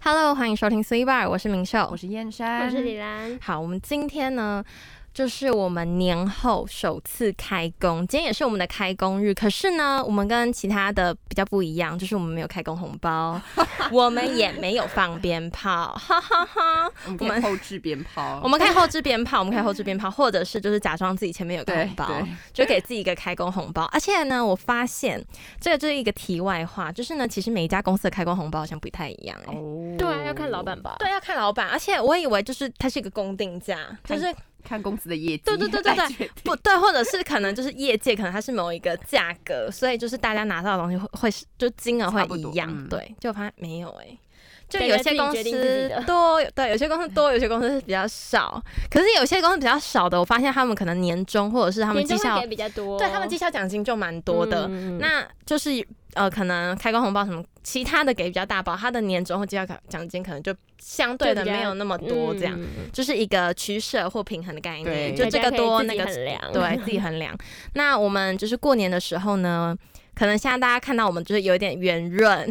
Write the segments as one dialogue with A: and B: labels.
A: Hello，欢迎收听 C Bar，我是明秀，
B: 我是燕山，
C: 我是李兰。
A: 好，我们今天呢，就是我们年后首次开工，今天也是我们的开工日。可是呢，我们跟其他的比较不一样，就是我们没有开工红 包，我们也没有放鞭炮，哈哈哈。
B: 我们后置鞭炮，
A: 我们可以后置鞭炮，我们可以后置鞭 炮，或者是就是假装自己前面有个红包，就给自己一个开工红包。而且呢，我发现这个就是一个题外话，就是呢，其实每一家公司的开工红包好像不太一样、欸。
B: 哦，
C: 对啊，要看老板吧。
A: 对，要看老板。而且我以为就是它是一个公定价，就是
B: 看公司的业绩。
A: 对对对对对，不对，或者是可能就是业界可能它是某一个价格，所以就是大家拿到的东西会会是就金额会一样。嗯、对，就发现没有哎、欸。就有些公司多，对，有些公司多，有些公司是比较少。可是有些公司比较少的，我发现他们可能年终或者是他们绩效
C: 比较多，
A: 对他们绩效奖金就蛮多的。嗯、那就是呃，可能开工红包什么，其他的给比较大包，他的年终或绩效奖金可能就相对的没有那么多，这样、嗯、就是一个取舍或平衡的概念，就这个多那个对自己衡 量。那我们就是过年的时候呢。可能现在大家看到我们就是有点圆润，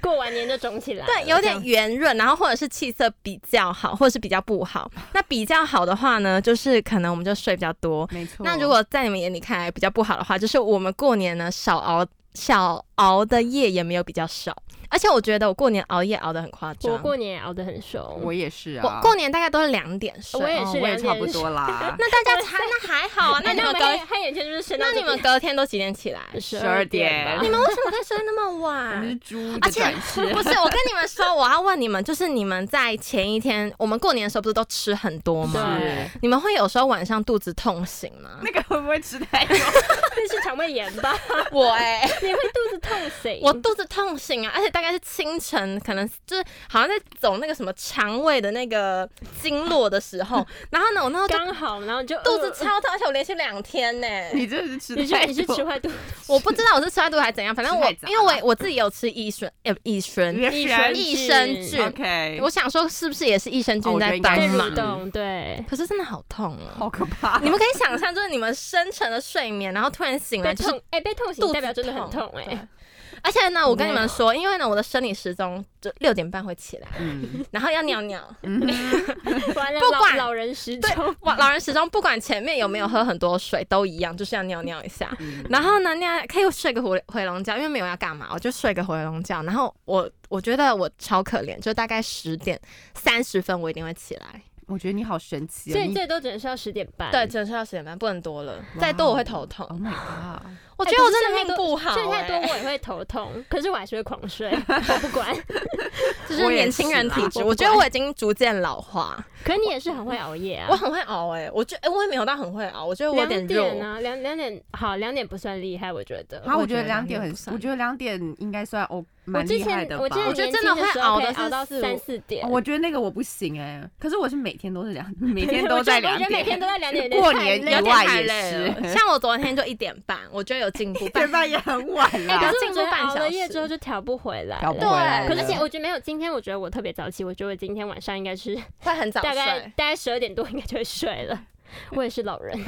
C: 过完年就肿起 来。
A: 对，有点啊圆润，然后或者是气色比较好，或者是比较不好。 那比较好的话呢，就是可能我们就睡比较多。
B: 没错。
A: 那如果在你们眼里看来比较不好的话，就是我们过年呢少熬少熬的夜也没有比较少。而且我觉得我过年熬夜熬得很夸张，
C: 我过年熬得很熟，
B: 我也是啊，
A: 我过年大概都是两点睡，
C: 我也是、哦，
B: 我也差不多 啦。
A: 那大家才那还好 啊，那你们隔
C: 黑眼圈就是深，
A: 那你们隔天都几点起来？
C: 十
B: 二 点。
A: 你们为什么可以睡那么晚？
B: 你是猪
A: 而且 不是，我跟你们说，我要问你们，就是你们在前一天，我们过年的时候不是都吃很多吗？你们会有时候晚上肚子痛醒吗？
B: 那个会不会吃太 多？
C: 那 是肠胃炎吧？
A: 我哎，
C: 你会肚子痛醒？
A: 我肚子痛醒啊，而且大。大概是清晨，可能就是好像在走那个什么肠胃的那个经络的时 候，然后呢，我那时候
C: 刚好，然后就
A: 肚子超痛，而且我连续两天呢、欸。
B: 你真的是吃
C: 你是你是吃坏 肚子？
A: 我不知道我是吃坏肚子还是怎样，反正我因为我我自己有吃益生呃益生
B: 益生
A: 啊益生菌
B: ，OK，
A: 我想说是不是也是益生菌在帮忙？
C: 懂对。
A: 可是真的好痛哦、
B: 喔，好可怕！
A: 你们可以想象，就是你们深沉的睡眠，然后突然醒来，就是
C: 哎被痛醒，欸、代表真的很痛哎、欸。
A: 而且呢，我跟你们说，因为呢，我的生理时钟就六点半会起来，
B: 嗯、
A: 然后要尿尿。
C: 嗯、不
A: 管
C: 老人时钟，
A: 老人时钟不管前面有没有喝很多水，都一样，就是要尿尿一下。嗯、然后呢，尿可以睡个回回笼觉，因为没有要干嘛，我就睡个回笼觉。然后我我觉得我超可怜，就大概十点三十分我一定会起来。
B: 我觉得你好神奇、
C: 啊，所以最多只能睡到十点半。
A: 对，只能睡到十点半，不能多了，再多我会头痛。
B: Oh my god！
A: 我觉得我真的命不好、欸，
C: 睡太多我也会头痛，可是我还是会狂睡，我不 管。
A: 就是年轻人体质，我,我觉得我已经逐渐老化。
C: 可你也是很会熬夜啊！
A: 我很会熬哎、欸，我觉哎、欸、我也没有到很会熬，我觉得我有点弱
C: 啊，两两点好，两点不算厉害，我觉得。
B: 啊，我觉得两点很，我觉得两点应该算哦。
C: 我之前我之前
A: 真的会熬
C: 的熬到三四点、
B: 哦，我觉得那个我不行哎、欸，可是我是每天都是两，每天都在两点
C: 我，我觉得每天都在两点，
B: 过年以外也
A: 是。像我昨天就一点半，我觉得有 进步，一
B: 点半也很晚了。
C: 欸、可是我觉得熬了夜之后就调不回来，
B: 调不回来。
C: 可是我觉得没有，今天我觉得我特别早起，我觉得我今天晚上应该是
A: 会很早
C: 大概大概十二点多应该就会睡 了。我也是老人，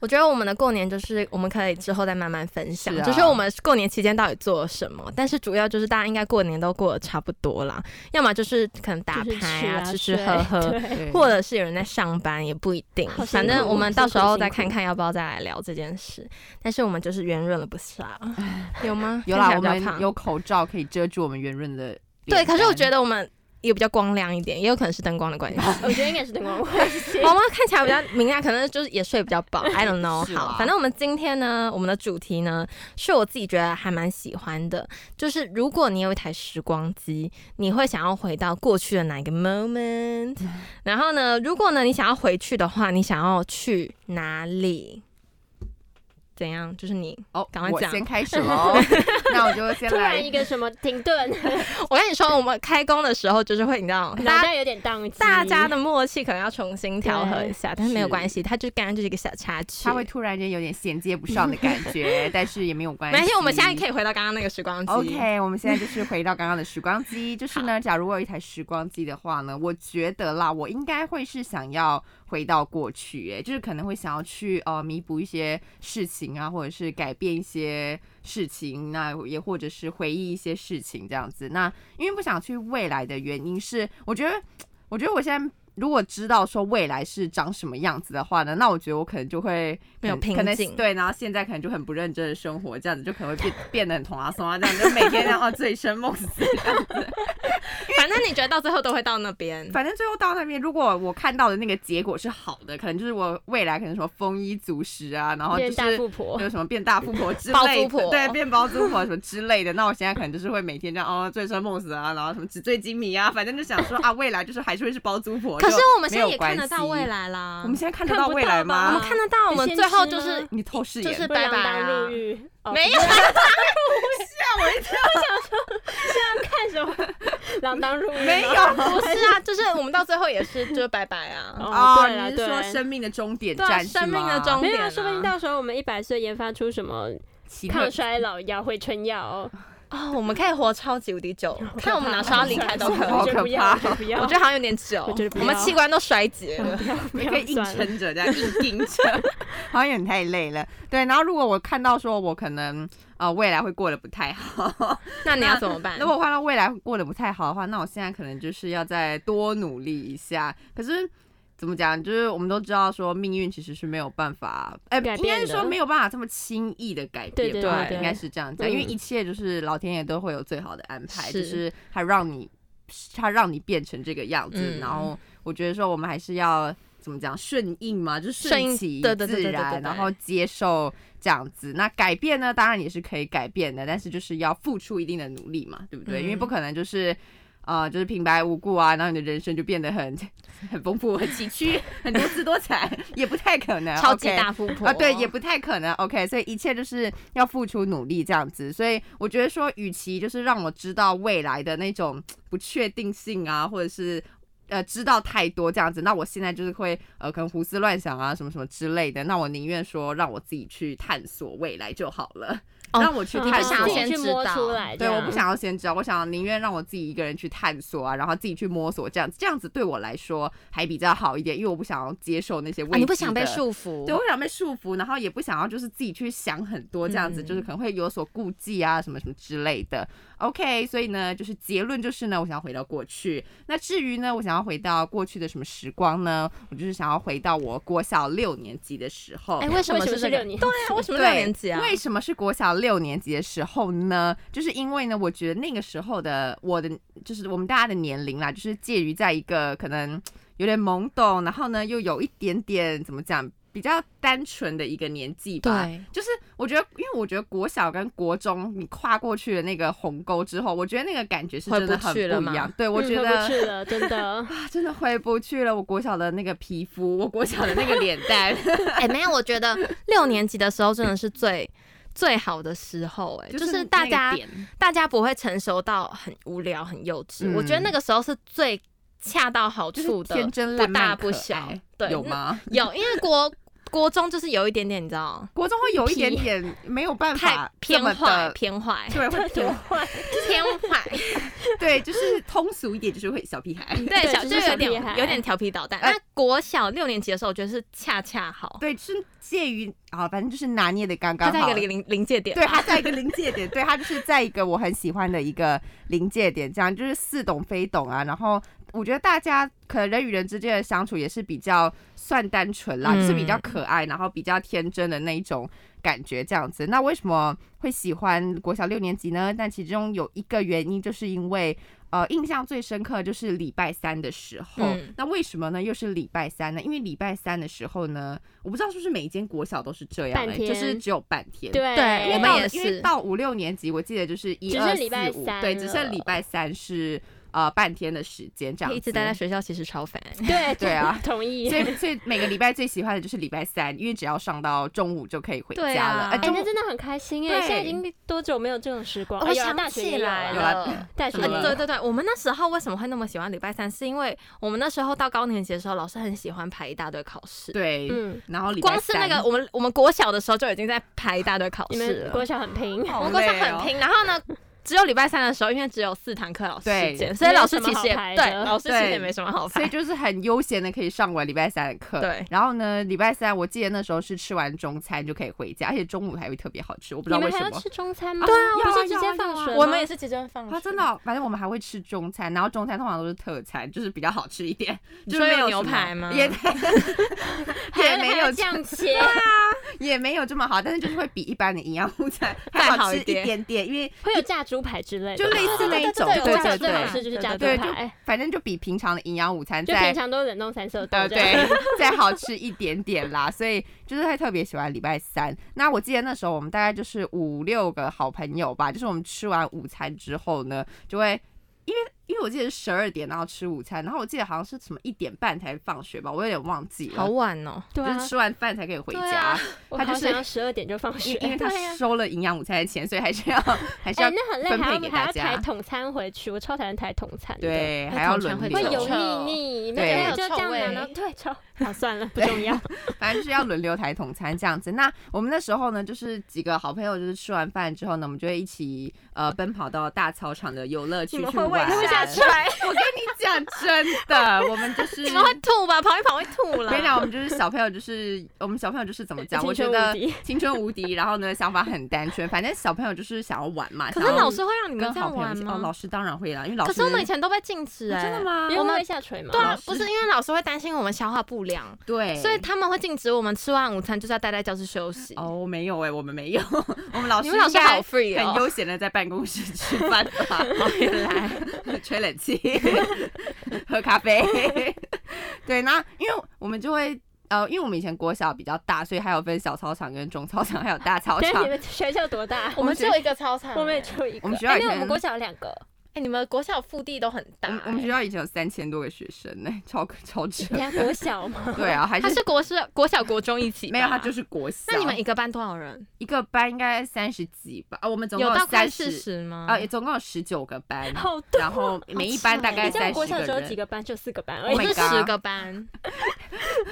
A: 我觉得我们的过年就是我们可以之后再慢慢分享，是啊、就是我们过年期间到底做了什么。但是主要就是大家应该过年都过得差不多啦，要么就是可能打牌
C: 啊、
A: 吃吃喝 喝，或者是有人在上班，也不一定。反正我们到时候再看看要不要再来聊这件事。但是我们就是啊圆润了不少，有吗？
B: 有啦，我们有口罩可以遮住我们圆润的。
A: 对，可是我觉得我们。也比较光亮一点，也有可能是灯光的关系。
C: 我觉得应该 是灯光的关系。
A: 我们看起来比较明亮，可能就是也睡比较饱。I don't know。好，反正我们今天呢，我们的主题呢，是我自己觉得还蛮喜欢的，就是如果你有一台时光机，你会想要回到过去的哪一个 moment？然后呢，如果呢你想要回去的话，你想要去哪里？怎样？就是你
B: 哦，
A: 赶快讲，
B: 先开始喽。 那我就先
C: 突然一个什么停 顿。
A: 我跟你说，我们开工的时候就是会，你知道，
C: 大家有点宕机，
A: 大家的默契可能要重新调和一下，但是没有关系，它就刚刚就是一个小插曲。
B: 它会突然间有点衔接不上的感觉，但是也没有关系。
A: 没事，我们现在可以回到刚刚那个时光机。
B: OK，我们现在就是回到刚刚的时光机，就是呢，假如我有一台时光机的话呢，我觉得啦，我应该会是想要。回到过去、哎，就是可能会想要去呃弥补一些事情啊，或者是改变一些事情，那也或者是回忆一些事情这样子。那因为不想去未来的原因是，我觉得，我觉得我现在。如果知道说未来是长什么样子的话呢，那我觉得我可能就会
A: 没有
B: 可能
A: 瓶
B: 可能
A: 颈
B: 对，然后现在可能就很不认真的生活，这样子就可能会变 变得很童啊松啊，这样就每天然后醉生梦死 这样子。
A: 反正你觉得到最后都会到那 边。
B: 反正最后到那边，如果我看到的那个结果是好的，可能就是我未来可能什么丰衣足食啊，然后就
C: 变大
B: 是
C: 富婆
B: 有，什么变大富婆之类的，
A: 包租婆
B: 对，变包租婆什么之类的。那我现在可能就是会每天这样哦醉生梦死啊，然后什么纸醉金迷啊，反正就想说啊，未来就是还是会是包租婆。
A: 可是
B: 就
A: 我们现在
B: 没有
A: 也看得
B: 关系
A: 到未，来啊啦，
B: 我们现在看得
C: 看
B: 到
C: 不
B: 未
C: 到
B: 来
C: 吧
A: 我
B: 吗
A: 们？看得到，我们最后就
C: 现
A: 是
C: 实吗
B: 你透视
A: 就
B: 眼，
A: 是
C: 不
A: 拜啊
C: 锒
A: 拜
C: 铛
A: 啦
C: 入。狱，哦
A: 没有，
C: 看什么锒 铛入狱吗？哦
B: 没有
A: 不是啊，就是我们到最后也是就是拜拜啊，
C: 哦，对
B: 你
C: 了
B: 是说
C: 对。
B: 生命的终点
A: 对啊
B: 站是吗？
A: 生命的终
C: 没有
A: 点
C: 啊，
A: 啊
C: 说不定到时候我们一百岁研发出什么
B: 奇特
C: 抗衰老药、回春药 哦，
A: 哦，我们可以活超级无敌久，看我们哪时候要离开 都可以。
B: 好
C: 我
A: 我觉
B: 可
C: 觉
A: 得
C: 得不要，
B: 怕
C: 我觉得不要，
A: 我觉得好像有点久，
C: 我觉得不要
A: 们器官都衰竭了。
C: 不要，不
B: 你
C: 要
B: 可以硬
C: 算了
B: 撑着，这样硬盯着，好像有点太累了。对，然后如果我看到说我可能呃未来会过得不太好，
A: 那你要怎么办？
B: 如果我看到未来过得不太好的话，那我现在可能就是要再多努力一下。可是怎么讲，就是我们都知道说命运其实是没有办法，哎、
C: 改
B: 应
C: 变
B: 该
C: 的
B: 是说没有办法这么轻易的改变，
C: 对对
B: 吧
A: 对对
B: 应该是这样讲，
C: 嗯
B: 因为一切就是老天爷都会有最好的安排，
A: 是
B: 就是他让你他让你变成这个样子，
A: 嗯
B: 然后我觉得说我们还是要。怎么讲顺应嘛，就是
A: 顺应
B: 其
A: 对对对
B: 自
A: 对对
B: 然，
A: 对
B: 然后接受这样子。那改变呢，当然也是可以改变的，但是就是要付出一定的努力嘛，对不对？
A: 嗯
B: 因为不可能就是。呃，就是平白无故啊，然后你的人生就变得很很丰富、很崎 岖、很多姿多彩，也不太可能。
A: 超级
B: OK
A: 大富婆
B: 啊，对，也不太可能。OK，所以一切就是要付出努力这样子。所以我觉得说，与其就是让我知道未来的那种不确定性啊，或者是。呃，知道太多这样子，那我现在就是会呃，可能胡思乱想啊，什么什么之类的。那我宁愿说让我自己去探索未来就好了，
A: 哦
B: 让我去
C: 嗯
A: 你
B: 探
A: 不想要
B: 索。
A: 先
C: 自己去摸
A: 知道
C: 出来这
B: 对，
C: 样，
B: 我不想要先知道，我想宁愿让我自己一个人去探索啊，然后自己去摸索，这样这样子对我来说还比较好一点，因为我不想要接受那些未知、
A: 啊，你不想被。束缚，
B: 对，我不想被束缚，然后也不想要就是自己去想很多这样子，
A: 嗯
B: 就是可能会有所顾忌啊，什么什么之类的。OK，所以呢，就是结论就是呢，我想要回到过去。那至于呢，我想要回到过去的什么时光呢？我就是想要回到我国小六年级的时候。
A: 哎，为什么
C: 为什么是
A: 这个
C: 六年级
A: 对啊，为什么
B: 对
A: 六年级啊？
B: 为什么是国小六年级的时候呢？就是因为呢，我觉得那个时候的我的，就是我们大家的年龄啦，就是介于在一个可能有点懵懂，然后呢又有一点点怎么讲，比较单纯的一个年纪吧。
A: 对，
B: 就是我觉得，因为我觉得国小跟国中你跨过去的那个鸿沟之后，我觉得那个感觉是真的很
A: 回不去了
B: 不一
A: 吗
B: 样。对，
C: 嗯，
B: 我觉
C: 回
B: 得、
C: 不去了，真的。
B: 啊，真的回不去了。我国小的那个皮肤，我国小的那个脸 蛋，
A: 哎，没有，我觉得六年级的时候真的是最最好的时候，哎，就是
B: 那
A: 大
B: 一
A: 家
B: 点
A: 大家不会成熟到很无聊、很幼稚。
B: 嗯
A: 我觉得那个时候是最恰到好
B: 就是
A: 处的，
B: 天真
A: 不
B: 烂漫
A: 大不
B: 可
A: 小
B: 爱。
A: 对，
B: 有吗？
A: 那？有，因为国国中就是有一点点，你知道，
B: 国中会有一点
C: 皮
B: 点没有办
A: 太
B: 法这
A: 偏
B: 么
A: 坏，
B: 的，
A: 偏坏，
B: 对，会
C: 多
B: 偏
C: 坏，
A: 偏坏。嗯
B: 对，就是通俗一点，就是会小屁孩。
A: 对，小
C: 就
A: 就是有
C: 小屁
A: 点
C: 孩
A: 有点调皮捣蛋。
B: 哎
A: 那国小六年级的时候，我觉得是恰恰好，
B: 对，就是介于啊，反正就是拿捏的刚
A: 它
B: 刚
A: 在一
B: 好
A: 个。临临临界点。
B: 对，他在一个临界点，对他就是在一个我很喜欢的一个临界点，这样就是似懂非懂啊。然后我觉得大家可能人与人之间的相处也是比较算单纯啦，
A: 嗯
B: 就是比较可爱，然后比较天真的那一种感觉这样子。那为什么会喜欢国小六年级呢？但其中有一个原因，就是因为呃，印象最深刻就是礼拜三的时候。
A: 嗯
B: 那为什么呢？又是礼拜三呢？因为礼拜三的时候呢，我不知道是不是每一间国小都是这样、
C: 半
B: 欸，就是
C: 天
B: 只有半天。
C: 对
A: 对
B: 因为
A: 我们
B: 到
A: 也
B: 因为
A: 是
B: 到五六年级，我记得就是一
C: 只
B: 二
C: 剩
B: 四
C: 礼拜
B: 五，
C: 三
B: 对，只剩
C: 了
B: 礼拜三是呃半天的时间这样子，
A: 一直待在学校其实超烦。
C: 对
B: 对啊
C: 同意。
B: 所以所以每个礼拜最喜欢的就是礼拜三，因为只要上到中午就可以回
A: 对
B: 家
A: 啊
B: 了。哎
C: 哎、
B: 中
C: 那
B: 午
C: 真的很开心哎！
B: 对
C: 现在已经多久没有这种时光？哎
A: 我
C: 有啊
A: 想
C: 大学
A: 起
C: 也有啊
A: 来
B: 有
A: 了。
C: 大学
B: 什
C: 也
B: 么
A: 啊，对
C: 有
A: 对对，我们那时候为什么会那么喜欢礼拜三？是因为我们那时候到高年级的时候，老师很喜欢排一大堆考试。
B: 对，
C: 嗯，
B: 然后礼拜
A: 光是那
B: 三
A: 个我们我们国小的时候就已经在排一大堆考
C: 你
A: 试
C: 们
B: 啊
A: 了。
C: 国小很拼，
B: 好
A: 我们国小
B: 累哦
A: 很拼，然后呢，只有礼拜三的时候，因为只有四堂课老师
B: 对
A: 时间，所以老师其实也
C: 没有什么好排的
A: 对老师其实
B: 对
A: 也没什么好
B: 所以
A: 排。
B: 就是很悠闲的可以上完礼拜三的课。
A: 对
B: 然后呢，礼拜三我记得那时候是吃完中餐就可以回家，而且中午还会特别好吃，我不知
C: 你
B: 道为
C: 们
B: 什
C: 还要
B: 么。
C: 吃中餐吗？
B: 对啊
C: 不
B: 要啊
C: 是直接
B: 要啊
C: 放
B: 要啊
C: 学吗？
A: 我们也是直接放学，
B: 啊，真的哦、反正我们还会吃中餐，然后中餐通常都是特餐，就是比较好吃一 点，
A: 你
B: 就
A: 说
B: 没
A: 有
B: 有
A: 牛
B: 什么
A: 排吗
B: 也也
C: 还
B: 没
C: 还
B: 有
C: 这样切，
B: 也没有这么好，但是就是会比一般的营养午餐
A: 再
B: 还
A: 好
B: 吃
A: 一
B: 一
A: 点
B: 点点，因为
C: 会有炸猪排之类的，
B: 就类似那一种，
A: 对
B: 对
A: 对
C: 我小
A: 对
B: 对
C: 最好
A: 对
C: 吃就是炸猪
B: 对就
C: 排，哎
B: 反正就比平常的营养午餐
C: 就平
B: 再
C: 常都冷冻三色豆
B: 呃
C: 这样。
B: 对 再好吃一点点啦，所以就是会特别喜欢礼拜三。那我记得那时候我们大概就是五六个好朋友吧，就是我们吃完午餐之后呢，就会。因为因为我记得是十二点，然后吃午餐，然后我记得好像是什么一点半才放学吧，我有点忘记了。
A: 好晚哦。
C: 对
B: 就
C: 啊
B: 是，吃完饭才可以回
A: 对
B: 家，
A: 啊
C: 我
B: 他就
C: 好
B: 是
C: 想要十二点就放学
B: 因。因为他
A: 对啊
B: 收了营养午餐的钱，所以还是要还是
C: 哎、
B: 要、
C: 那很累，
B: 分
C: 还
B: 配
C: 要
B: 给
C: 还
B: 大
C: 要
B: 家
C: 抬桶餐回去，我超讨厌抬桶餐的。，
B: 对，
A: 那
B: 还要
A: 通常
B: 轮
A: 会
C: 会
A: 有
B: 流
C: 油，
A: 臭
C: 腻腻，你们
B: 对
C: 觉得就这样
A: 有臭
C: 拿
A: 味
C: 然后对臭，好算了，不
B: 对
C: 重要。
B: 反正就是要轮流抬桶餐这样子。那我们那时候呢，就是几个好朋友，就是吃完饭之后呢，我们就会一起呃奔跑到大操场的游乐区去玩。
A: 不下去
B: 我跟你讲， 真的，我们就是
A: 你们会吐吧？跑一跑会吐
B: 我
A: 了
B: 跟。你讲，我们就是小朋友，就是我们小朋友就是怎么讲？我觉
C: 青春
B: 得
C: 无敌
B: 青春无敌，然后呢想法很单纯，反正小朋友就是想要玩嘛。
A: 可是
B: 想要
A: 老师会让你们
B: 跟
A: 这
B: 好
A: 样
B: 朋友一
A: 玩
B: 起哦，老
A: 吗？
B: 师当然会啦，因为老师啊
A: 可
B: 哦
A: 是我们以前都被禁止哎，
B: 真的？吗？
C: 因
A: 我
C: 为
A: 们
C: 会下垂嘛。
A: 对啊
B: 老，师
A: 不是因为老师会担心我们消化不良，
B: 对，
A: 所以他们会禁止我们吃完午餐就是要待在教室休息。
B: 哦，没有哎、我们没有， 我们老师
A: 你们老师
B: 应该
A: 好 free 哦
B: 很悠闲的在办公室吃 饭吧，
A: 原来
B: 吹冷气，喝咖啡。 对，那因为我们就会呃，因为我们以前国小比较大，所以还有分小操场跟中操场，还有大操
C: 但是
B: 场
C: 你。们学校多大？
A: 我们只有一个操场，
C: 我们也只有一个。
B: 我们学校
C: 哎
B: 以
C: 没有，我
B: 前
C: 们国小有两个。
A: 哎，你们国校腹地都很大
B: 我们我们学
A: 哎。
B: 校以前有三千多个学生呢、超超扯。
C: 你还国小吗？
B: 对啊，还
A: 他是国是国小国中一起吧，
B: 没有，他就是国小。
A: 那你们一个班多少人？
B: 一个班应该三十几吧？啊，我们总共
A: 有到快
B: 三
A: 四
B: 十，
A: 十吗？
B: 啊，也总共有十九个班，
C: 好多。
B: 然后每一班
A: 欸
B: 大概
C: 你知道
B: 三十
C: 我国小
B: 个
C: 只有
B: 人
C: 几。个班？就四个班而
A: 我
B: Oh。
C: 已
B: my
A: 是
B: ，Oh god
A: 十个班，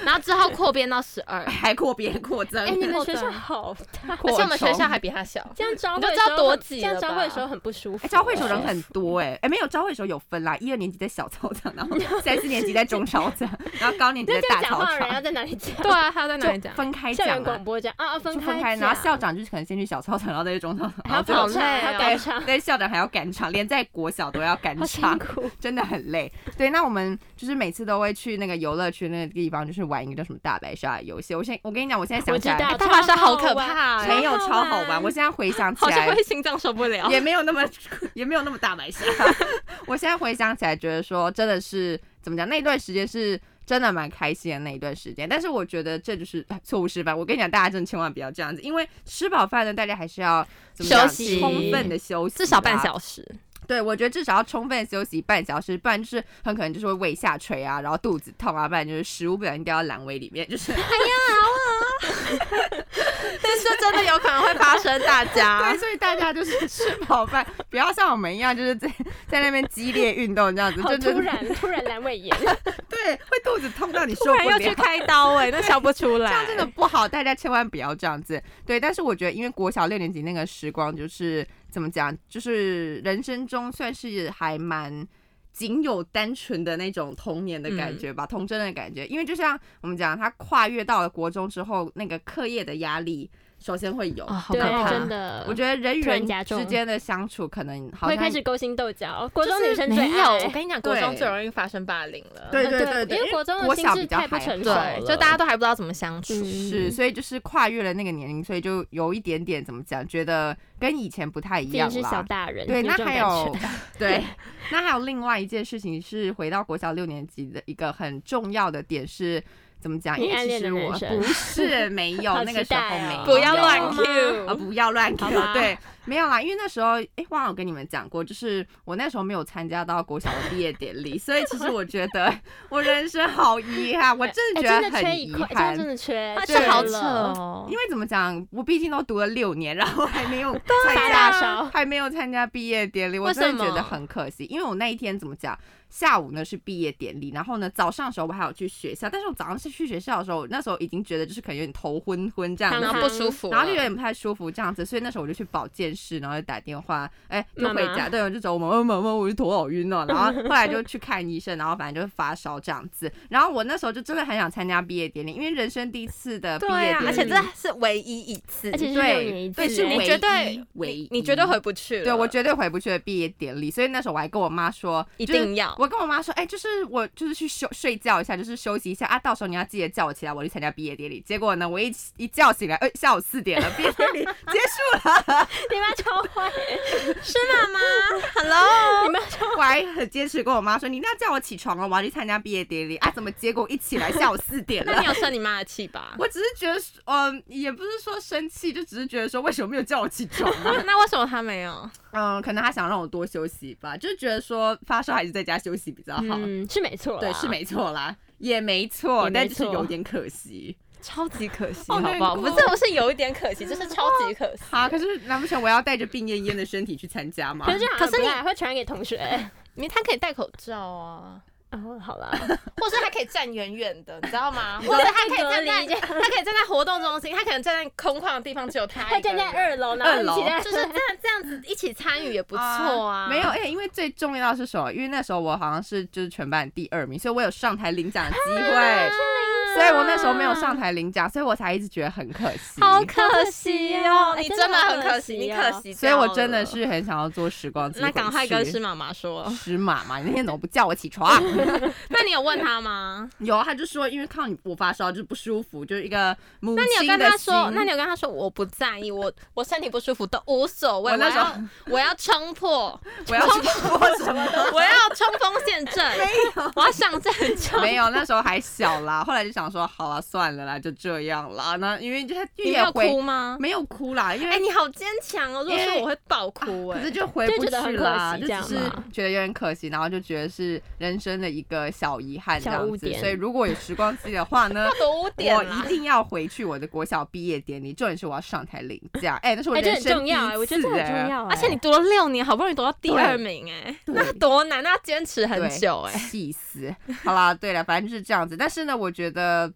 A: 然后之后扩编到十二，
B: 还扩编扩增，
C: 哎，你们
A: 好
C: 学校
A: 短
C: 好大。
A: 而
B: 扩
A: 且我们学
B: 充
A: 校还比他 小。
C: 这样招
A: 你
C: 会
A: 都
C: 的
A: 知道
C: 时候
A: 多
C: 很
A: 挤
C: 这样
A: 了
C: 招会的
A: 吧
C: 时候很不舒
B: 哎、
C: 服哎。
B: 招会手人很多哎、
C: 嗯
B: 哎、没有招会手有分啦，一二年级在小操场， 然后三四年级在中操场， 然后高年级在
C: 那这
B: 大
C: 样讲
B: 操
C: 话的人要
B: 场，
C: 在哪里讲？
A: 对 啊，他在哪里
B: 就
A: 讲？
B: 分开
C: 校
B: 讲
C: 园
B: 啊
C: 广，播这样啊，啊
B: 就
C: 分
B: 分
C: 开
B: 开，
C: 讲，
B: 然后校长就是可能先去小操场，然后再去中操场，
C: 还要
B: 然后最
A: 跑
B: 后
C: 跑场，还要
A: 好累
C: 赶
A: 哦
C: 场，
B: 对校长还要赶场，连在国小都要赶
C: 啊好辛
B: 场，
C: 苦。
B: 真的很累。对，那我们就是每次都会去那个游乐区那个地方，就是玩一个叫什么大白鲨的游戏。我现我跟你讲，我现在想
C: 我
B: 起
C: 知
B: 来，
C: 道，
A: 大白鲨好
C: 超
A: 可
C: 玩
A: 怕哎
B: 没有
C: 超
B: 超
C: 好
B: 好玩。
C: 玩
B: 我现在回想起
A: 好像
B: 来，
A: 会心脏受不了。
B: 也没有那么， 也没有那么大白鲨。 我现在回想起来，觉得说真的是怎么讲，那段时间是真的蛮开心的那一段时间。但是我觉得这就是哎错误示范。我跟你讲，大家真的千万不要这样子，因为吃饱饭呢，大家还是要怎么讲
A: 休息
B: 充分的休息，
A: 至少半。小时，
B: 对，我觉得至少要充分休息半小时，不然就是很可能就是会胃下垂啊，然后肚子痛啊，不然就是食物不小心掉到阑尾里面，就是
A: 但是真的有 可能会发生，大家
B: 对，。所以大家就是吃饱饭，不要像我们一样，就是在在那边激烈运动这样子，
C: 好
B: 就真
C: 突
B: 的
C: 然，突然阑尾炎，
B: 对，会肚子痛到你
A: 突
B: 受
A: 然
B: 不
A: 要去
B: 了。
A: 开刀哎、那笑不 出来。
B: 这样真的不好，大家千万不要这样子。对，但是我觉得，因为国小六年级那个时光，就是怎么讲，就是人生中算是还蛮仅有单纯的那种童年的
A: 嗯
B: 感觉吧，童真的感觉。因为就像我们讲，他跨越到了国中之后，那个课业的压力首先会有。
A: 啊、好
C: 对
A: 可怕！，
C: 真的，
B: 我觉得人与
C: 突然
B: 人
C: 加重
B: 之间的相处，可能好
C: 嗯会
B: 像
C: 开始勾心斗角。国中
A: 就是
C: 女生最
A: 没有，我
C: 爱。
A: 跟你讲，国中
B: 对
A: 最容易发生霸凌了。
B: 对
C: 嗯
B: 对对对
C: 因为国中
B: 国
C: 的心
B: 小比
C: 智
B: 较
C: 太不
B: 还
C: 成熟了
A: 对，，就大家都还不知道怎么相处。
C: 嗯
B: 是，所以就是跨越了那个年龄，所以就有一点点怎么讲，觉得跟以前不太一
C: 自
B: 样
C: 己是小
B: 啦。
C: 大人，
B: 对，那
C: 这种
B: 还
C: 感
B: 有
C: 觉
B: 对，那还有另外一件事情是，回到国小六年级的一个很重要的点是，怎么讲？
C: 你
B: 因
C: 暗
B: 为其
C: 恋的
B: 实
C: 男
B: 我
C: 生
B: 不 是没有
C: 好
B: 那个
C: 期
B: 时候
C: 待
B: 没
C: 哦
B: 有，
A: 不要乱
C: 有
A: Q
C: 嗯
B: 啊，不要乱 Q，
C: 好吧
B: 对，没有啦，因为那时候，哎、忘了跟你们讲过，就是我那时候没有参加到国小的毕业典礼，所以其实我觉得 我人生好遗憾，我真的
C: 哎
B: 觉得
C: 真的缺
B: 很
C: 一
B: 遗
C: 块，这
B: 憾
C: 样。真的缺，
A: 啊，
B: 对
A: 这好
C: 缺
A: 扯
C: 了
A: 哦
B: 因。为怎么讲，我毕竟都读了六年，然后还没有参
C: 发
B: 加，
C: 大招。
B: 还没有参加毕业典礼，我
A: 为
B: 真
A: 什
B: 的觉得
A: 么
B: 很可惜。因为我那一天怎么讲，下午呢是毕业典礼，然后呢早上的时候我还有去学校，但是我早上是去学校的时候，我那时候已经觉得就是可能有点头昏昏这样
C: 当
B: 子
A: 然
C: 然，
A: 后不舒服了，
B: 然后就有点不太舒服这样子，所以那时候我就去保健事，然后就打电话，哎、就
C: 妈
B: 回
C: 妈
B: 家，对，我就找我妈妈，妈妈，我的头好晕哦、然后后来就去看医生，然后反正就是发烧这样子。然后我那时候就真的很想参加毕业典礼，因为人生第一次的毕业
A: 对
B: 典
A: 啊，
B: 礼，
A: 而且这是唯一一次，
C: 而且是六年
B: 对
C: 一次
B: 对是
C: 欸
B: 唯
A: 你
B: 一
A: 绝对
B: 唯一
A: 你你绝对回不去了
B: 对我绝对回不去的毕业典礼，所以那时候我还跟我妈说，
A: 一
B: 就是
A: 定要
B: 我跟我妈说，哎、就是我就是去休睡觉一下，就是休息一下啊，到时候你要记得叫我起来，我去参加毕业典礼。结果呢，我一一觉醒来，哎、下午四点了，毕业典礼结束
C: 你妈超坏，
A: 是妈妈 ，Hello，
C: 你妈超
B: 了，我还很坚持跟我妈说，你一定要叫我起床了，我要去参加毕业典礼啊。怎么结果一起来下午四点
A: 那
B: 了
A: 你？ 有生你妈的气吧？
B: 我只是觉得，嗯、也不是说生气，就只是觉得说，为什么没有叫我起床啊、
A: 那为什么她没 有？
B: 嗯，可能他想让我多休息吧，就是觉得说发烧还是在家休息比较好。
C: 嗯，是没错啦，
B: 对，是没错啦，也没错，
C: 也没
B: 但就是
C: 错
B: 有点可惜。
A: 超级 可惜，
B: 好
A: 好不好？
B: 难
A: 不
B: 过
A: 是，这不是有一点可惜，就是超级可惜。
B: 好，可是难不成我要带着病恹恹的身体去参加吗
C: 可？是这样好像
A: 可是
C: 不
A: 你
C: 太会传染给同学。
A: 你她可以戴口罩啊，
C: 哦，好 啦，
A: 或是她可以站远远的，你知道 吗？
C: 知道
A: 或者她可以
C: 隔
A: 站
C: 离这
A: 在她可以站在活动中心，她可能站在空旷的地方，只有她
C: 他
A: 一个
C: 站
A: 人
C: 在二楼，然后一起在
A: 就是这样这样子一起参与也不错啊。
B: 没有，哎、因为最重要的是什么？因为那时候我好像是就是全班第二名，所以我有上台领奖的机会，
C: 哎
B: 所以我那时候没有上台领奖，所以我才一直觉得很可惜。
A: 好可惜哦，
C: 哎
A: 你
C: 真
A: 真
C: 的
A: 的
C: 好
A: 很可
C: 可
A: 惜，
C: 惜
A: 你
C: 哦
A: 可惜
B: 所以我
A: 掉
B: 真的
A: 了。
B: 是很想要做时光机
A: 那
B: 回去。
A: 赶快跟施妈妈说，
B: 石妈妈，你那天怎么不叫我起 床？
A: 那你有问她 吗？
B: 有啊，他就说因为靠你我发烧就是不舒服，就是一个母
A: 那你
B: 亲
A: 有跟
B: 的
A: 她说？
B: 心
A: 那你有跟她说我不在意，我我身体不舒服都无所谓，
B: 我
A: 我
B: 那时候
A: 要我要冲 破，
B: 我要去说什么？
A: 我要冲锋陷阵，我要上战场。
B: 没有，那时候还小啦。后来就想说，好了，算了啦，就这样啦。那因为就
A: 你没
B: 也
A: 有
B: 回
A: 哭吗？
B: 没有哭啦，因为、
A: 哎，你好坚强哦！如果
B: 因为
A: 说我会爆哭，
B: 可
A: 哎，
B: 是，就回不
C: 就觉得
B: 去
C: 很可
B: 啦，
C: 惜
B: 就
C: 这样啊
B: 只是
C: 嘛
B: 觉得有点可惜，然后就觉得是人生的一个小遗憾这
C: 小
B: 样
C: 污
B: 子。
C: 点
B: 所以如果有时光机的话呢
A: 多污点啊
B: 我
A: 啦
B: 一。定要回去我的国小毕业典礼。重点是我要上台领奖，哎、那是我
C: 哎，这
B: 人
C: 很
B: 生
C: 重要
B: 第
C: 哎，
B: 一
C: 我觉得这很
B: 次哎
C: 重要哎，
A: 而且你读了六年，好不容易读到第二名，哎，那多难，那要坚持很
B: 对
A: 久，
C: 欸
A: 哎。
B: 气 死！好啦，对了，反正就是这样子。但是呢，我觉得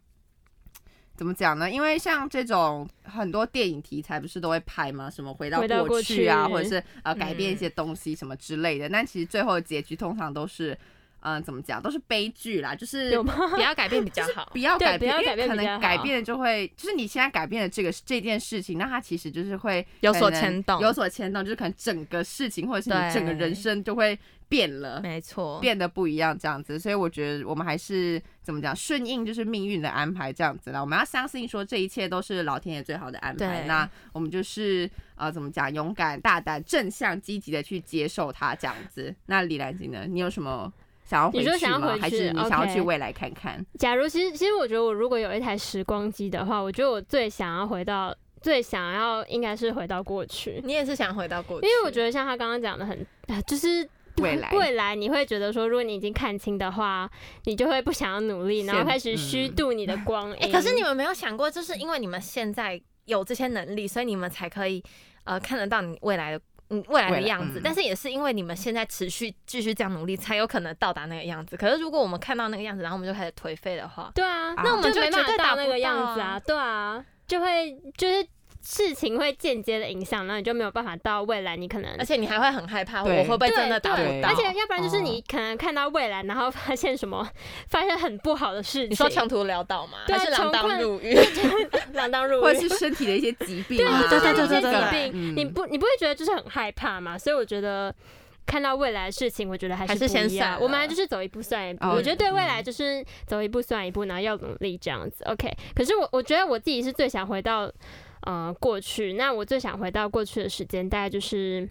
B: 怎么讲呢？因为像这种很多电影题材不是都会拍吗？什么回到
C: 回到
B: 过
C: 过
B: 去啊，
C: 去嗯
B: 或者是呃改变一些东西什么之类的。但其实最后的结局通常都是，嗯、怎么讲，都是悲剧啦，就是
C: 有吗？
A: 不要改变比较好
B: 不。要
C: 对
B: 改
C: 不
B: 变，
C: 要
B: 因
C: 改
B: 为
C: 变
B: 可
C: 比较
B: 能
C: 好
B: 改变就会，就是你现在改变了这个这件事情，那它其实就是会
A: 有
B: 可
A: 所
B: 能
A: 牵动
B: 有所牵动，就是可能整个事情或者是你整个
A: 对
B: 人生就会变了。
A: 没错，
B: 变得不一样这样子，所以我觉得我们还是怎么讲，顺应就是命运的安排这样子啦。我们要相信说这一切都是老天爷最好的安排。
A: 对
B: 那我们就是呃怎么讲，勇敢、大胆、正向、积极的去接受它这样子。那李兰锦呢，你有什么想要回
C: 你说
B: 去
C: 想要
B: 吗？
C: 回去
B: 还是你想要去
C: OK
B: 未来看看？
C: 假如其实其实我觉得我如果有一台时光机的话，我觉得我最想要回到最想要应该是回到过去，
A: 你也是想回到过去，
C: 因为我觉得像他刚刚讲的很，呃就是
B: 未来
C: 未来你会觉得说，如果你已经看清的话，你就会不想要努力，
B: 现
C: 然后开始虚度你的光阴。
A: 哎、可是你们没有想过，就是因为你们现在有这些能力，所以你们才可以呃看得到你未来的。嗯，未来
B: 未
A: 的
B: 来
A: 样子，
B: 嗯
A: 但是也是因为你们现在持续继续这样努力，才有可能到达那个样子。可是如果我们看到那个样子，然后我们就开始颓废的话，
C: 对啊，
B: 那我
A: 们
C: 就
A: 就
C: 没办
A: 绝
C: 法
A: 对达
C: 到
A: 不
C: 那个样子
A: 到
C: 啊，
A: 啊
C: 对啊，就会就是事情会间接的影响，那你就没有办法到未来，你可能
A: 而。且你还会很害怕，我
B: 对
A: 会不会真的达不
B: 对
A: 到？
C: 而且要不然就是
B: 哦
C: 你可能看到未来，然后发现什么，发现很不好的事情。
A: 你说穷途潦倒吗？
C: 对啊
A: 还是
C: 穷
A: 锒铛
C: 困
A: 入狱？
C: 锒铛入 狱，
B: 或者是身体的一些疾病啊，
A: 对对
C: 对
A: 对对
C: 对
A: 嗯
C: 疾
A: 对
B: 嗯
C: 病，你不你不会觉得就是很害怕嘛？所以我觉得看到未来的事情，我觉得还
A: 还是
C: 不
A: 先
C: 一样
A: 算
C: 我们
A: 了嗯
C: 就是走一步算一步。
B: 哦
C: 我觉得对未来就是走一步算一步，然后要努力这样子。OK，可是我我觉得我自己是最想回到呃过去，那我最想回到过去的时间大概就是。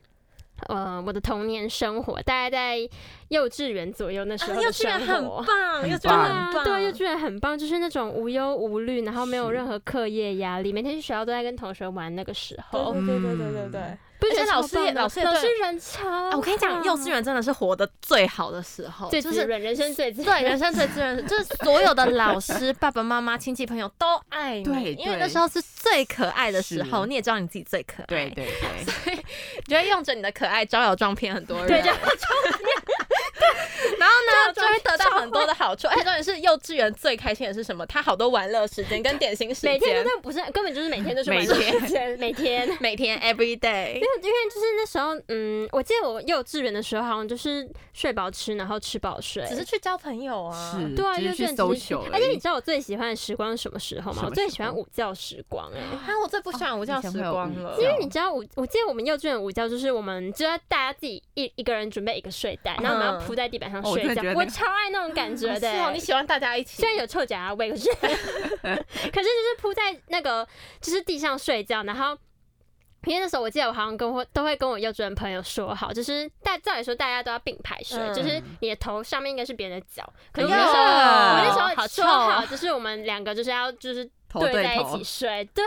C: 呃，我的童年生活大概在幼稚园左右那时候
A: 啊幼
C: 的
A: 稚
C: 生
A: 园很
C: 活，
A: 棒，幼稚
C: 对
A: 园
B: 棒
C: 啊
A: 很棒，
C: 对，幼稚园很棒，就是那种无忧无虑，然后没有
B: 是
C: 任何课业压力，每天去学校都在跟同学玩。那个时候，
A: 嗯对对对对
B: 嗯
A: 对对。
C: 不
A: 而
C: 觉
A: 且
C: 得
A: 老
C: 超
A: 师也
C: 棒的
A: 老师也
C: 老
A: 对
C: 师人超好、啊
A: 哎我跟你讲，幼稚园真的是活得最好的时候，
C: 最
A: 就
C: 滋
A: 是
C: 润，人生最滋 润
A: 对，人生最滋润，就是所有的老师、爸爸妈妈、亲戚朋友都爱你，
B: 对
A: 因为
B: 对
A: 那时候是最可爱的时
B: 是
A: 候，你也知道你自己最可爱，
B: 对，对对。
A: 你就会用着你的可爱招摇撞骗很多人，
C: 对，就
A: 然后呢，就会得到很多的好处。而哎且重点是，幼稚园最开心的是什么？他好多玩乐时间跟点心时
C: 每天
A: 间
C: 真，的不是，根本就是每天都是玩
B: 每
C: 乐
B: 天
C: 时间，每天。
A: 每天 every day
C: 因。为因为就是那时候，嗯，我记得我幼稚园的时候，好像就是睡饱吃，然后吃饱睡，
A: 只是去交朋友啊，
B: 是
C: 对啊，
B: 只
C: 幼
B: 是
C: 稚
B: 去
C: 园
B: 搜
C: 只是去
B: 求而
C: 而且你
B: 已。
C: 知道我最喜欢的时光是什么时候吗？
B: 什
C: 我
B: 么
C: 最
B: 时
C: 喜欢
B: 候
C: 午觉时光、哎。
A: 啊，我最不喜欢午觉时光了，
B: 以前会有午觉
A: 因为
C: 你知道午，我记得我们幼稚园午觉就是我们就要大家自己一一个人准备一个睡袋，然后我们要
A: 嗯
C: 铺在地板上
B: 哦我
C: 睡
B: 真的
C: 觉。
B: 觉得那
C: 我
B: 个
C: 超爱那种感觉的、欸
A: 是哦，你喜欢大家一起
C: 虽，然有臭脚啊丫味，可是 可是就是铺在那个就是地上睡觉，然后。因为那时候我记得我好像跟我都会跟我幼稚园朋友说好，就是大照理说大家都要并排睡，
A: 嗯
C: 就是你的头上面应该是别人的脚，可是
A: 哎
C: 我
A: 呦
C: 们那时候我们那时
A: 哦
C: 候
A: 好臭
C: 说
A: 哦
C: 好，就是我们两个就是要就是
B: 头
C: 对
B: 对
C: 在一
B: 头
C: 起睡，对。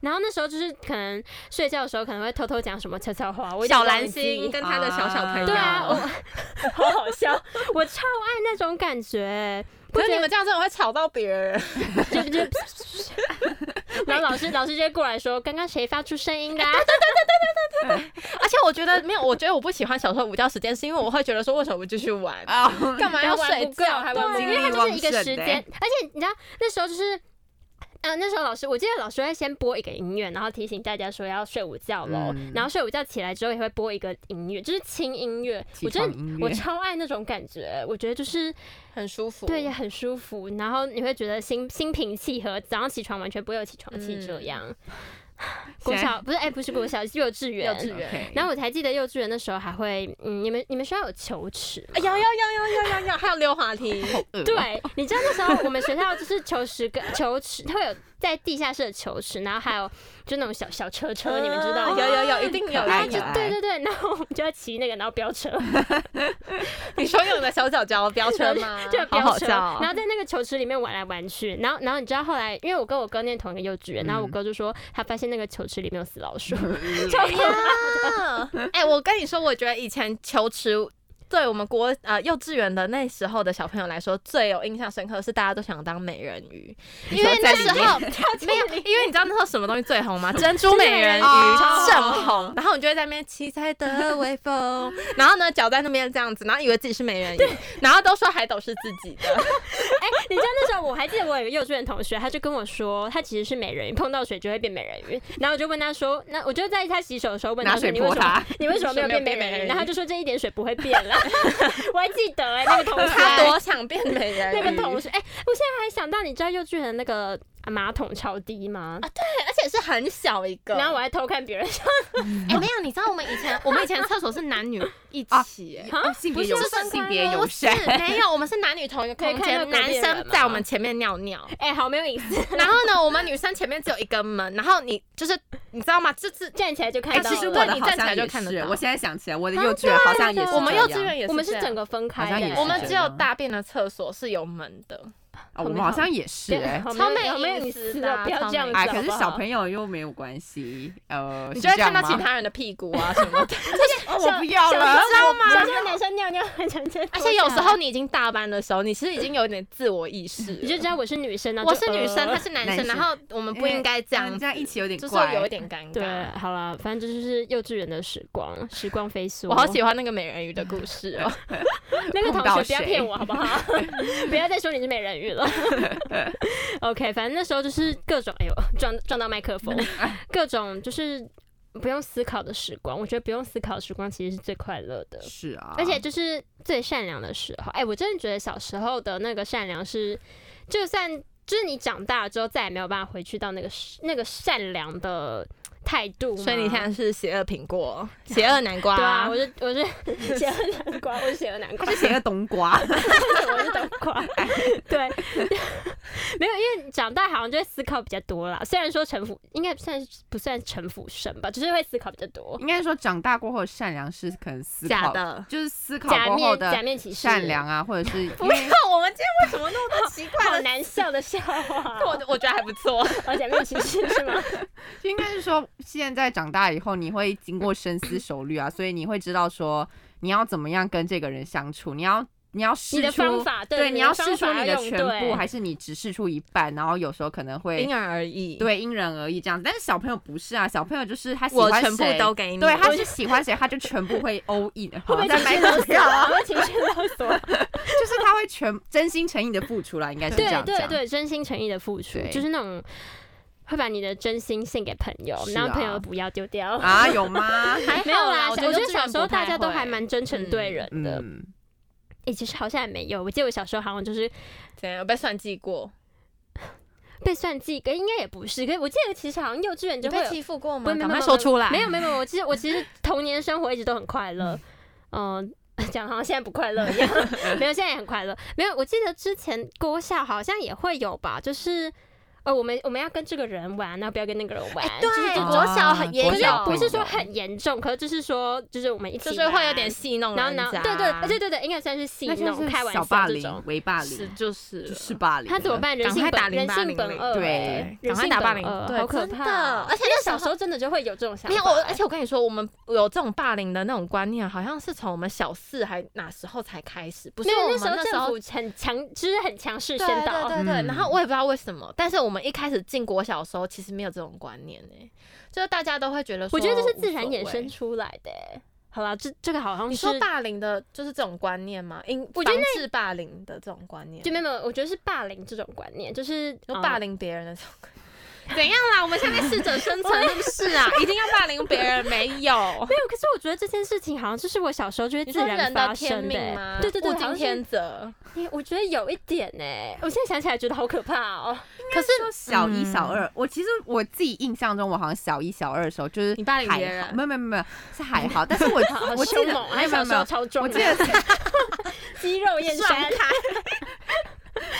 C: 然后那时候就是可能睡觉的时候可能会偷偷讲什么悄悄话，我有点
A: 小蓝
C: 忘记
A: 星跟他的小小朋友，
C: 对啊，我好好笑，我超爱那种感觉，
A: 可
C: 不觉
A: 是
C: 得
A: 你们这样真的会吵到别人，
C: 就就，然后老师老师就会 过来说，刚刚谁发出声 音的、啊？
A: 而且我觉得没有，我觉得我不喜欢小时候午觉时间，是因为我会觉得说为什么不继续玩，
B: 啊，
A: 干嘛要睡觉还玩不
C: 因
A: 够
B: 对
C: 为它就是一个时
B: 精力旺盛
C: 间，
B: 欸
C: 而且你知道那时候就是。呃，那时候老师，我记得老师会先播一个音乐，然后提醒大家说要睡午觉喽。
B: 嗯
C: 然后睡午觉起来之后也会播一个音乐，就是轻音乐。
B: 起
C: 我觉得
B: 床音乐
C: 我超爱那种感觉，我觉得就是
A: 很舒服。
C: 对也很舒服，然后你会觉得心心平气和，早上起床完全不会有起床气这
A: 嗯
C: 样。 国
B: 现在
C: 小不是哎、不是国小，是幼稚园。
A: 幼稚园
B: OK
C: 然后我才记得幼稚园的时候还会，嗯，你们你们学校有球池吗
A: 啊有有有有有有有，还有溜滑梯，
B: 嗯
C: 对，你知道那时候我们学校就是球池跟球池，它会有在地下室的球池，然后还有就那种小小车车，你们知道
A: 嗯
C: 吗？
A: 有有有，一定有，
B: 可爱
A: 一定有
B: 可爱
C: 对对对，然后我们就要骑那个，然后飙车，
A: 你说用你的小脚脚飙车吗？
C: 就
A: 好
C: 飙
A: 好
C: 车，
A: 笑哦
C: 然后在那个球池里面玩来玩去，然后然后你知道后来，因为我跟我哥念同一个幼稚园，然后我
B: 嗯
C: 哥就说他发现那个球池里面有死老鼠， 哎
A: 呀！ 哎，我跟你说，我觉得以前球池。对我们国呃幼稚园的那时候的小朋友来说，最有印象深刻的是大家都想当美人鱼，因为那时候 没有，因为你知道那时候什么东西最红吗？珍珠 美人鱼
B: 哦
A: 正红，然后你就会在那边七彩的微风，然后呢脚在那边这样子，然后以为自己是美人鱼，然后都说海斗是自己的，
C: 哎、你知道那时候我还记得我有一个幼稚园同学，他就跟我说，他其实是美人鱼，碰到水就会变美人鱼。然后我就问他说，那我就在他洗手的时候问他
B: 拿
C: 说，
B: 水
C: 你为
B: 泼
C: 什么
B: 他，
C: 你为什么没有变美人鱼？然后他就说这一点水不会变啦。 我还记得哎、那个同学，
A: 他多想变美人鱼。
C: 那个同学，哎、我现在还想到，你知道幼稚园的那个马桶超低吗？
A: 而且是很小一个。
C: 然后我还偷看别人 上，
A: 哎、没有，你知道我们以前我们以前厕所是男女一起、哎
C: 啊
B: 哦性
A: 不
B: 别
A: 是
B: 友
A: 就是
B: 善，性别
A: 不
B: 友
A: 是
B: 善，
A: 没有，我们是男女同一个空
C: 可以看到
A: 间，
C: 隔
A: 男
C: 壁的人啊
A: 生
C: 吗
A: 在我们前面尿 尿，
C: 哎、好没有隐私，
A: 然后呢，我们女生前面只有一根门，然后你就是你知道吗？就是
C: 站起来就看
B: 哎，
C: 到
B: 其
C: 了。
B: 实我
A: 对
B: 的
A: 你
B: 好
A: 站起
B: 像
A: 来就
B: 也
A: 看得
B: 是
A: 到
B: 我现在想起来，我的
C: 啊
B: 幼稚园好像也是
A: 我们幼
B: 这
A: 稚
B: 样
A: 园也
C: 我们是
A: 这样
C: 整个分开
B: 好像也
C: 的，
B: 是
A: 我们
B: 这
A: 只
B: 样
A: 有大便的厕所是有门的，
B: 啊，我们好像也是
C: 对
B: 哎。
C: 好
A: 超
C: 没有
A: 没
C: 没有
A: 隐
C: 隐
A: 私
C: 私
A: 的
C: 的，不要
A: 超
C: 这样
A: 没
C: 子
B: 哎，
C: 啊好
B: 可是
C: 不
B: 小
C: 好
B: 朋友又没有关系，呃，
A: 你
B: 是
A: 就会
B: 这样
A: 看到
B: 吗
A: 其他人的屁股啊什 么的。
B: 哦我不要了，
C: 吗？小时候男生尿尿很常见，
A: 而且有时候你已经大班的时候，你其实已经有点自我意识了，
C: 你就知道我是女生啊，
A: 我
C: 就是
A: 女生，
C: 呃哎
A: 他是男
B: 男
A: 生，
B: 生
A: 然后我们不应该这样
B: 嗯
A: 子，
B: 这样一起有点
A: 就是
B: 怪，
A: 有一点尴
C: 对啊
A: 尬。，
C: 好了，反正这就是幼稚园的时光，时光飞速。哦
A: 我好喜欢那个美人鱼的故 事哦。
C: 那个
B: 碰
C: 同
B: 到
C: 学，不
B: 谁
C: 要骗我好不好？ 不要再说你是美人鱼 了。OK，反正那时候就是各种，哎呦，撞撞到麦克风，
B: 啊
C: 各种就是不用思考的时光。我觉得不用思考的时光其实是最快乐的。
B: 是啊，
C: 而且就是最善良的时候。哎、我真的觉得小时候的那个善良是，就算就是你长大之后再也没有办法回去到那个时那个善良的态度嘛。
A: 所以你现在是邪恶苹果、邪恶南瓜，
C: 啊对啊，我是 我是邪恶南瓜，我是邪恶南瓜
B: 他，是写个冬瓜，
C: 我是冬 瓜。对， 没有，因为长大好像就会思考比较多啦。虽然说城府应该不算不算城府深吧，就是会思考比较多。
B: 应该说长大过后的善良是可能思
A: 假
B: 考，
A: 的。
B: 就是思考
C: 假
B: 过后
C: 面假
B: 的
C: 面骑士
B: 善，良啊，或者 是因
A: 不
B: 为
A: 要，我们今天为什么那么多奇
C: 好
A: 怪的？
C: 难笑的笑 话。
A: 我我觉得还不错，
C: 我假面骑士是吗？
B: 就应该是说，现在长大以后，你会
C: 嗯
B: 经过深思熟虑啊，所以你会知道说你要怎么样跟这个人相处，你要你要
C: 你
B: 试
C: 的
B: 出
C: 方法，
B: 对，你要试
C: 试
B: 出你的全部，还是你只试出一半？然后有时候可能会
A: 因人而异。，
B: 对因人而异这样子。但是小朋友不是啊，小朋友就是他喜
A: 我
B: 欢
A: 全部
B: 谁
A: 都给你。
B: 对，他
A: 我
B: 是喜欢谁，他就全部会 all in，
C: 会不会
B: 再
C: 情
B: 买
C: 绪勒
B: 股
C: 索
B: 票
C: 啊？
B: 啊，
C: 会不会情绪勒索？
B: 就是他会全真心诚意的付出啦，应该是这
C: 对
B: 样
C: 对
B: 讲。
C: 对，真心诚意的付出
B: 对，
C: 就是那种会把你的真心献给朋友，
B: 是啊
C: 然后朋友不要丢 掉。
B: 啊，有 吗？
A: 还
C: 没有
A: 好
C: 啦，
A: 我
C: 我
A: 觉得
C: 觉得
A: 这
C: 小
A: 人
C: 时候
A: 不太
C: 大家都
A: 会
C: 还蛮真诚对人的。诶、
B: 嗯，
C: 其实好像也没有，我记得我小时候好像就是
A: 怎样有被算计过？
C: 被算计，跟应该也不是，可是我记得其实好像幼稚园
A: 你
C: 就会有
A: 被欺负过吗？
C: 不会没
A: 赶
C: 有没
A: 快
C: 有
A: 说出来。
C: 没有没有没有，我其实我其实童年生活一直都很快乐，嗯、讲好像现在不快乐一样， 没有，现在也很快乐。没有，我记得之前国小好像也会有吧，就是呃，我们我们要跟这个人玩，然后不要跟那个人玩，就是
A: 哎对，
B: 啊
C: 这种
A: 国小很也
B: 国
C: 可是
B: 小
A: 有，
C: 不是说很严重，可是就是说，就是我们一起
A: 就是会有
C: 玩
A: 点戏弄
C: 然后
A: 人
C: 呢
A: 家，，
C: 对呃对对对对，应该算是戏
B: 那就
C: 弄、
B: 是
C: 开玩
B: 小
C: 笑
B: 霸
C: 这
B: 凌
C: 种，。
B: 为霸
A: 是
B: 凌，
A: 就是
B: 就
A: 了
B: 是霸凌啊了。
C: 他怎么办？人
A: 赶
C: 性
A: 快打
C: 本人性
A: 0800
C: 本恶，
B: 对
C: 哎
A: 赶
C: 人
A: 快
C: 性
A: 打
C: 本
A: 800
C: 恶
A: 对
C: 好可
A: 真
C: 怕
A: 的
C: 哦。
A: 而且
C: 因为
A: 那时
C: 小时
A: 候
C: 候真的就会有这种想
A: 没有
C: 法
A: 我，
C: 哎
A: 而且我跟你说，我们有这种霸凌的那种观念，好像是从我们小四还哪时候才开始，不是
C: 没有
A: 我
C: 那
A: 们
C: 时候
A: 那时
C: 政
A: 候
C: 府很强，就是很强势
A: 对
C: 宣导。
A: 对对对，
B: 嗯
A: 然后我也不知道为什么，但是我们一开始进国小的时候，其实没有这种观念呢、就是大家都会觉得说，
C: 我觉得这是自然衍生
A: 出。
C: 出来的欸。好啦，这这个好像
A: 你
C: 是
A: 说霸凌的，就是这种观念吗？因
C: 我觉得哦
A: 防治霸凌的这种观念，
C: 就没有没有，我觉得是霸凌这种观念，就是
A: 就
C: 嗯
A: 霸凌别人的这种观念。怎样啦？我们现在适者生存，是不是 啊？一定要霸凌别人？没有，
C: 没有。可是我觉得这件事情好像就是我小时候就 会
A: 你
C: 自
A: 说
C: 然
A: 人
C: 发
A: 的
C: 生
A: 天
C: 的
A: 命
C: 欸
A: 吗？。
C: 对对对，
A: 物
C: 好
A: 竞
C: 像是
A: 天择。
C: 欸我觉得有一点呢、我现在想起来觉得好可怕哦、
B: 可是说小一、
A: 嗯
B: 小二，我其实我自己印象中，我好像小一、小二的时候就是
A: 你霸凌
B: 还
A: 别人
B: 好没有没有没有是还好，但是我
C: 好
B: 我记
C: 凶
B: 得
C: 猛，
B: 没
C: 还
B: 有没
C: 小
B: 有
C: 时
B: 没
C: 候
B: 有，
C: 超壮
B: 我
C: 的，
B: 记得
C: 肌肉燕山，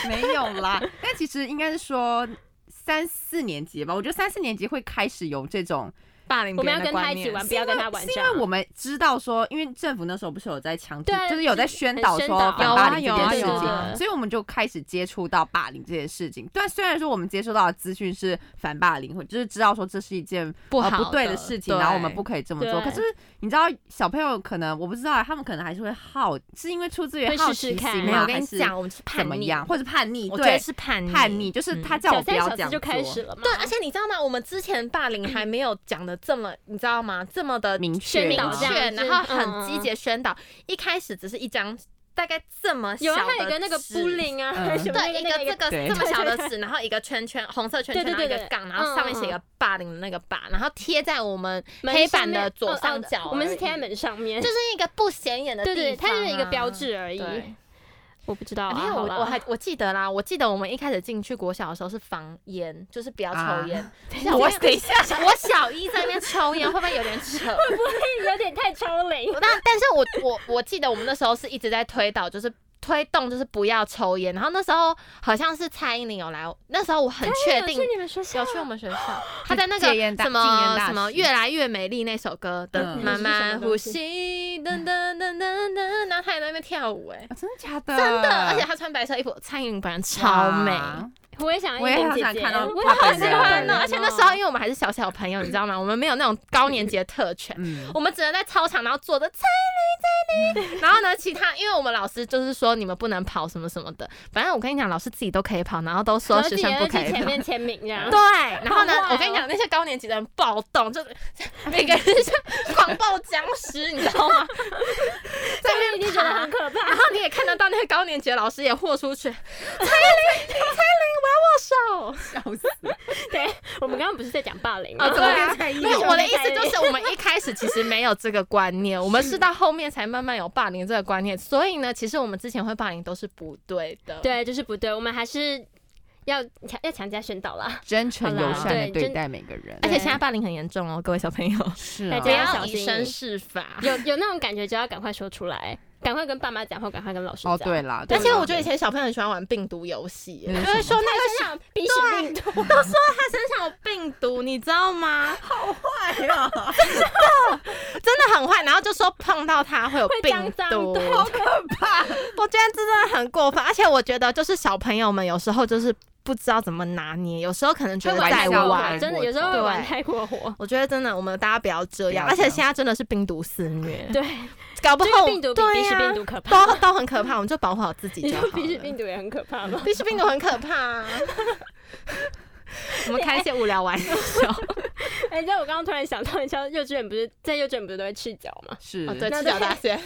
B: 没有啦，但其实应该是说三四年级吧，我觉得三四年级会开始有这种，
A: 霸凌
C: 我
A: 别
C: 们
A: 人的
C: 要跟他
A: 观
C: 一
A: 念
C: 起玩，不要跟他玩
B: 是
C: 这
B: 因
C: 样
B: 为。我们知道说，因为政府那时候不是有在强制
C: 对啊，
B: 就是有在宣导
C: 很宣
B: 说
C: 导
B: 反霸凌
A: 有
B: 这
A: 啊
B: 件事
A: 有啊有
B: 情，
A: 啊
B: 所以我们就开始接触到霸凌这件事情。但虽然说我们接收到的资讯是反霸凌，或就是知道说这是一件
A: 不
B: 呃
A: 好
B: 不对的事情，然后我们
A: 对
B: 不可以这么做。
C: 对
B: 可是你知道，小朋友可能我不知道，他们可能还是会好，是因为出自于
C: 会
B: 好
C: 试试
B: 奇
C: 看
B: 心
A: 没
B: 嘛，
A: 有，我跟
B: 还
A: 你
B: 是
A: 讲，我们是叛
B: 怎么
A: 逆，
B: 样，或者叛逆，
A: 我觉得
B: 对，
A: 是叛逆，
B: 叛逆，就是他
A: 嗯
B: 叫我
C: 小
B: 不
C: 三
B: 要
C: 小
B: 这样
C: 四
B: 做
C: 就开始了嘛，
A: 对，而且你知道吗？我们之前霸凌还没有讲的这么，你知道吗？这么的
B: 明
C: 宣
B: 确
C: 导
B: 吗
C: 这样
A: 确，
C: 子
A: 然后很积极宣导。一开始只是一张大概这么小
C: 有啊，
A: 的
C: 还有一个那个
A: 纸
C: bullying 啊，
B: 嗯
C: 还是什么
A: 对，一个这个
B: 对
A: 这么小的
C: 对
A: 纸，然后一个圈圈，红色圈圈，
C: 对
A: 然后
C: 对
A: 一
C: 对
A: 个
C: 对嗯
A: 杠，然后上面写一个霸凌的那个霸，然后贴在我们
C: 门
A: 黑
C: 上
A: 板
C: 面
A: 的左上角
C: 哦
A: 而已。
C: 哦我们是贴在门上面，
A: 就是一个不显眼的地
C: 对
A: 方啊，
C: 对，它就是一个标志而已。
A: 对。
C: 我不知道、啊，
A: 没有，
C: 好
A: 我
C: 啦
A: 我还我记得啦，我记得我们一开始进去国小的时候是防烟，就是不要
B: 啊
A: 抽烟。
B: 我
A: 等一下，我小姨在那边抽烟，会不会有点 扯？
C: 有点太超龄。
A: 那但是我我我记得我们那时候是一直在推导，就是推动就是不要抽烟。然后那时候好像是蔡依林有来，那时候我很确定
C: 去。你们学校
A: 有去我们学校， 她在那个
B: 戒烟大
A: 什
B: 禁烟
A: 么
B: 大
A: 什么
B: 使
A: 越来越美丽那首歌的
B: 嗯
A: 慢慢
C: 那是什么东
A: 呼
C: 西
A: 吸，噔噔噔噔噔，然后她也在那边跳舞，哎，
B: 啊真啊的假的？
A: 真的，而且她穿白色衣服，蔡依林本人超美，
B: 哇
C: 我也想要
B: 我也
C: 一点
B: 好
C: 姐
B: 想
C: 姐
B: 看到
C: 我也
B: 她
C: 好
B: 本
C: 喜
A: 喜
B: 人
C: 欢
A: 欢
C: 哦
A: 呢。而且那时候因为我们还是小小朋友，你知道吗？我们没有那种高年级的特权，
B: 嗯，
A: 我们只能在操场，然后坐着蔡依林，蔡依林。然后呢，其他因为我们老师就是说你们不能跑什么什么的，反正我跟你讲，老师自己都可以跑，然后都说
C: 然后
A: 学
C: 自己
A: 生
C: 要
A: 不可
C: 去
A: 以
C: 前
A: 跑。
C: 面签名这 样。
A: 对，然后呢
C: 好坏哦，
A: 我跟你讲，那些高年级的人暴动， 就是每个人是狂暴僵尸，你知道 吗？
C: 这边一定觉得很可怕
A: 然。后你也看得到那个高年级的老师也豁出 去，蔡依林，蔡依林，我要 握手。
B: 笑死！
C: 对，我们刚刚不是在讲霸凌吗
A: 哦，对啊
B: 跟蔡依，林
A: 没有，我的意思就是，我们一开始其实没有这个观念，我们是到后面才慢慢有霸凌这个观念，所以呢，其实我们之前会霸凌都是不对的。，
C: 对，就是不对，我们还是要强要强加宣导啦。
B: 真诚
C: 好啦
B: 友善的
C: 对
B: 对
C: 真
B: 待每个人
A: 而，且现在霸凌很严重哦，各位小朋友，
B: 是
C: 大
B: 啊
A: 不
C: 家要小
A: 要
C: 心
A: 以身试法。
C: 有有那种感觉就要赶快说出来，赶快跟爸妈讲，或赶快跟老师讲。
B: 哦，对啦，
A: 而
B: 对
A: 且
B: 啦
A: 我觉得以前小朋友很喜欢玩病毒游戏耶，
B: 嗯
A: 就会说那个
C: 想比起
A: 对
C: 病毒，
A: 我都说他身上有病毒，你知道吗？
B: 哎呀，
A: 真的很坏，然后就说碰到他会有
C: 会
A: 病
C: 脏脏
A: 毒，
C: 的
B: 好可怕！
A: 我觉得这真的很过分，而且我觉得就是小朋友们有时候就是不知道怎么拿捏，有时候可能觉得
C: 会
A: 在
C: 玩太过火
A: 玩。
C: 哎真的有时候会玩
A: 对
C: 太过 火。
A: 我觉得真的，我们大家不要这样，
B: 不要
A: 而
B: 这
A: 且
B: 样
A: 现在真的是病毒肆虐，
C: 对，
A: 搞不
C: 这个
A: 好
C: 病毒比
A: 对
C: 鼻屎
A: 呀
C: 病毒可怕。
A: 都都很可怕，我们就保护好自己
C: 你
A: 就好
C: 说
A: 了。
C: 鼻屎病毒也很可怕吗？
A: 鼻屎病毒很可怕、啊。 我们开一些无聊玩笑，
C: 哎，你知道我刚刚突然想到，你知道幼稚园不是在幼稚园不是都会赤脚吗？
B: 是
A: 哦，对，
C: 那
A: 赤
C: 对
A: 脚大学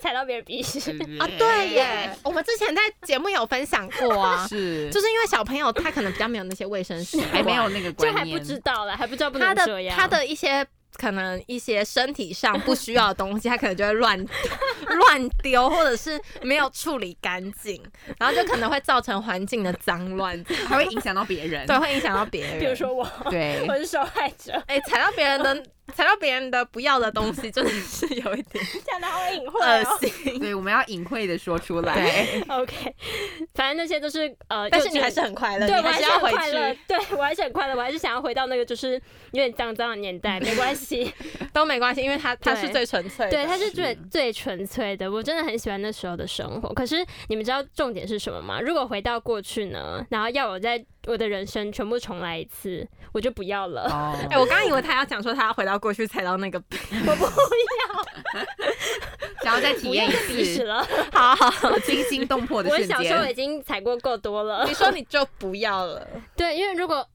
C: 踩到别人鼻屎，
A: 啊，对耶，我们之前在节目有分享过啊，
B: 是
A: 就是因为小朋友他可能比较没有那些卫生习惯，
B: 还没有那个
C: 就
B: 观
C: 还不
B: 念，
C: 知道了，还不知道不
A: 他
C: 能这
A: 的
C: 样。
A: 他的一些可能一些身体上不需要的东西，他可能就会乱 乱丢，或者是没有处理干净，然后就可能会造成环境的脏乱，
B: 还会影响到别人。
A: 对，会影响到别人。
C: 嗯比如说我，
B: 对
C: 我是受害 者，
A: 哎、踩到别人的， 踩到别人的不要的东西，真的是有一点
C: 讲的好隐晦
A: 恶
C: 哦。
A: 心。
B: 对，我们要隐晦的说出来。
A: 对，
C: OK，反正那些都是呃，
A: 但
C: 幼
A: 是
C: 稚
A: 你还
C: 园
A: 是很快乐，
C: 对，
A: 你
C: 我还
A: 是
C: 是
A: 要
C: 很
A: 回
C: 快乐
A: 去，，
C: 对我还是很快乐，我还是想要回到那个就是有点脏脏的年代，没关 系。
A: 都没关系，因为他他是
C: 对
A: 最纯粹的。
C: 对，它是最最纯粹的，我真的很喜欢那时候的生活。可是你们知道重点是什么吗？如果回到过去呢，然后要我在我的人生全部重来一次，我就不要了，
B: 哦，
A: 哎、我刚刚以为他要讲说他要回到过去踩到 那个，
C: 我不
B: 想要再体
C: 不
B: 验
C: 要
B: 一
C: 再鼻屎
B: 次
C: 了。
A: 好好，
B: 惊心动魄的
C: 我
B: 瞬
C: 小时候
B: 间。
C: 已经踩过够多了
A: 你，说你就不要了，
C: 对，因为如果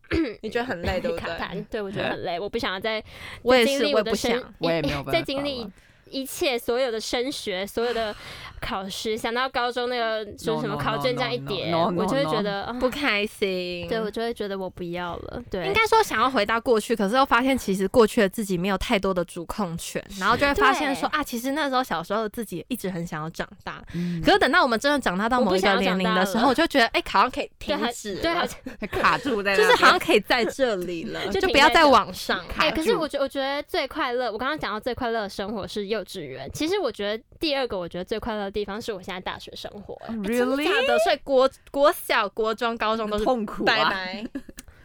A: 你觉得很累，对不
C: 卡
A: 对？
C: 痰，对我觉得很累，我不想要再
A: 我也
C: 经
A: 是，
C: 历
A: 我也
C: 的
A: 不
C: 生
A: 想。
B: 我也没有办
C: 在
B: 法
C: 经历
B: 了
C: 一切所有的升学、所有的考试，想到高中那个说
B: No,
C: 什么
B: no,
C: 考
B: no,
C: 卷这样一
B: no,
C: 叠
B: no, no,
C: 我就会
B: no.
C: 觉得啊
A: 不开心，
C: 对我就会觉得我不要了。对，
A: 应该说想要回到过去，可是又发现其实过去的自己没有太多的主控权，然后就会发现说啊，其实那时候小时候的自己一直很想要长大，
B: 嗯
A: 可是等到我们真的长大到某一个年龄的时候，
C: 我
A: 我就觉得哎、好像可以停
C: 对好
A: 止
C: 对，好
A: 了，
C: 像
B: 卡住在那
A: 啊就
B: 边，
A: 是好像可以在这里了，
C: 就
A: 就
C: 停
A: 不要
C: 在
A: 再
C: 这
A: 往上。
B: 卡
C: 哎、可是
B: 住
C: 我觉我觉得最快乐，我刚刚讲到最快乐的生活是幼稚园。其实我觉得第二个我觉得最快乐的地方是我现在大学生活、
A: 嗯
C: 哎
B: really
A: 真的假的？所以国国小、国中、高中都是
B: 痛苦
A: 拜
B: 啊，
A: 拜。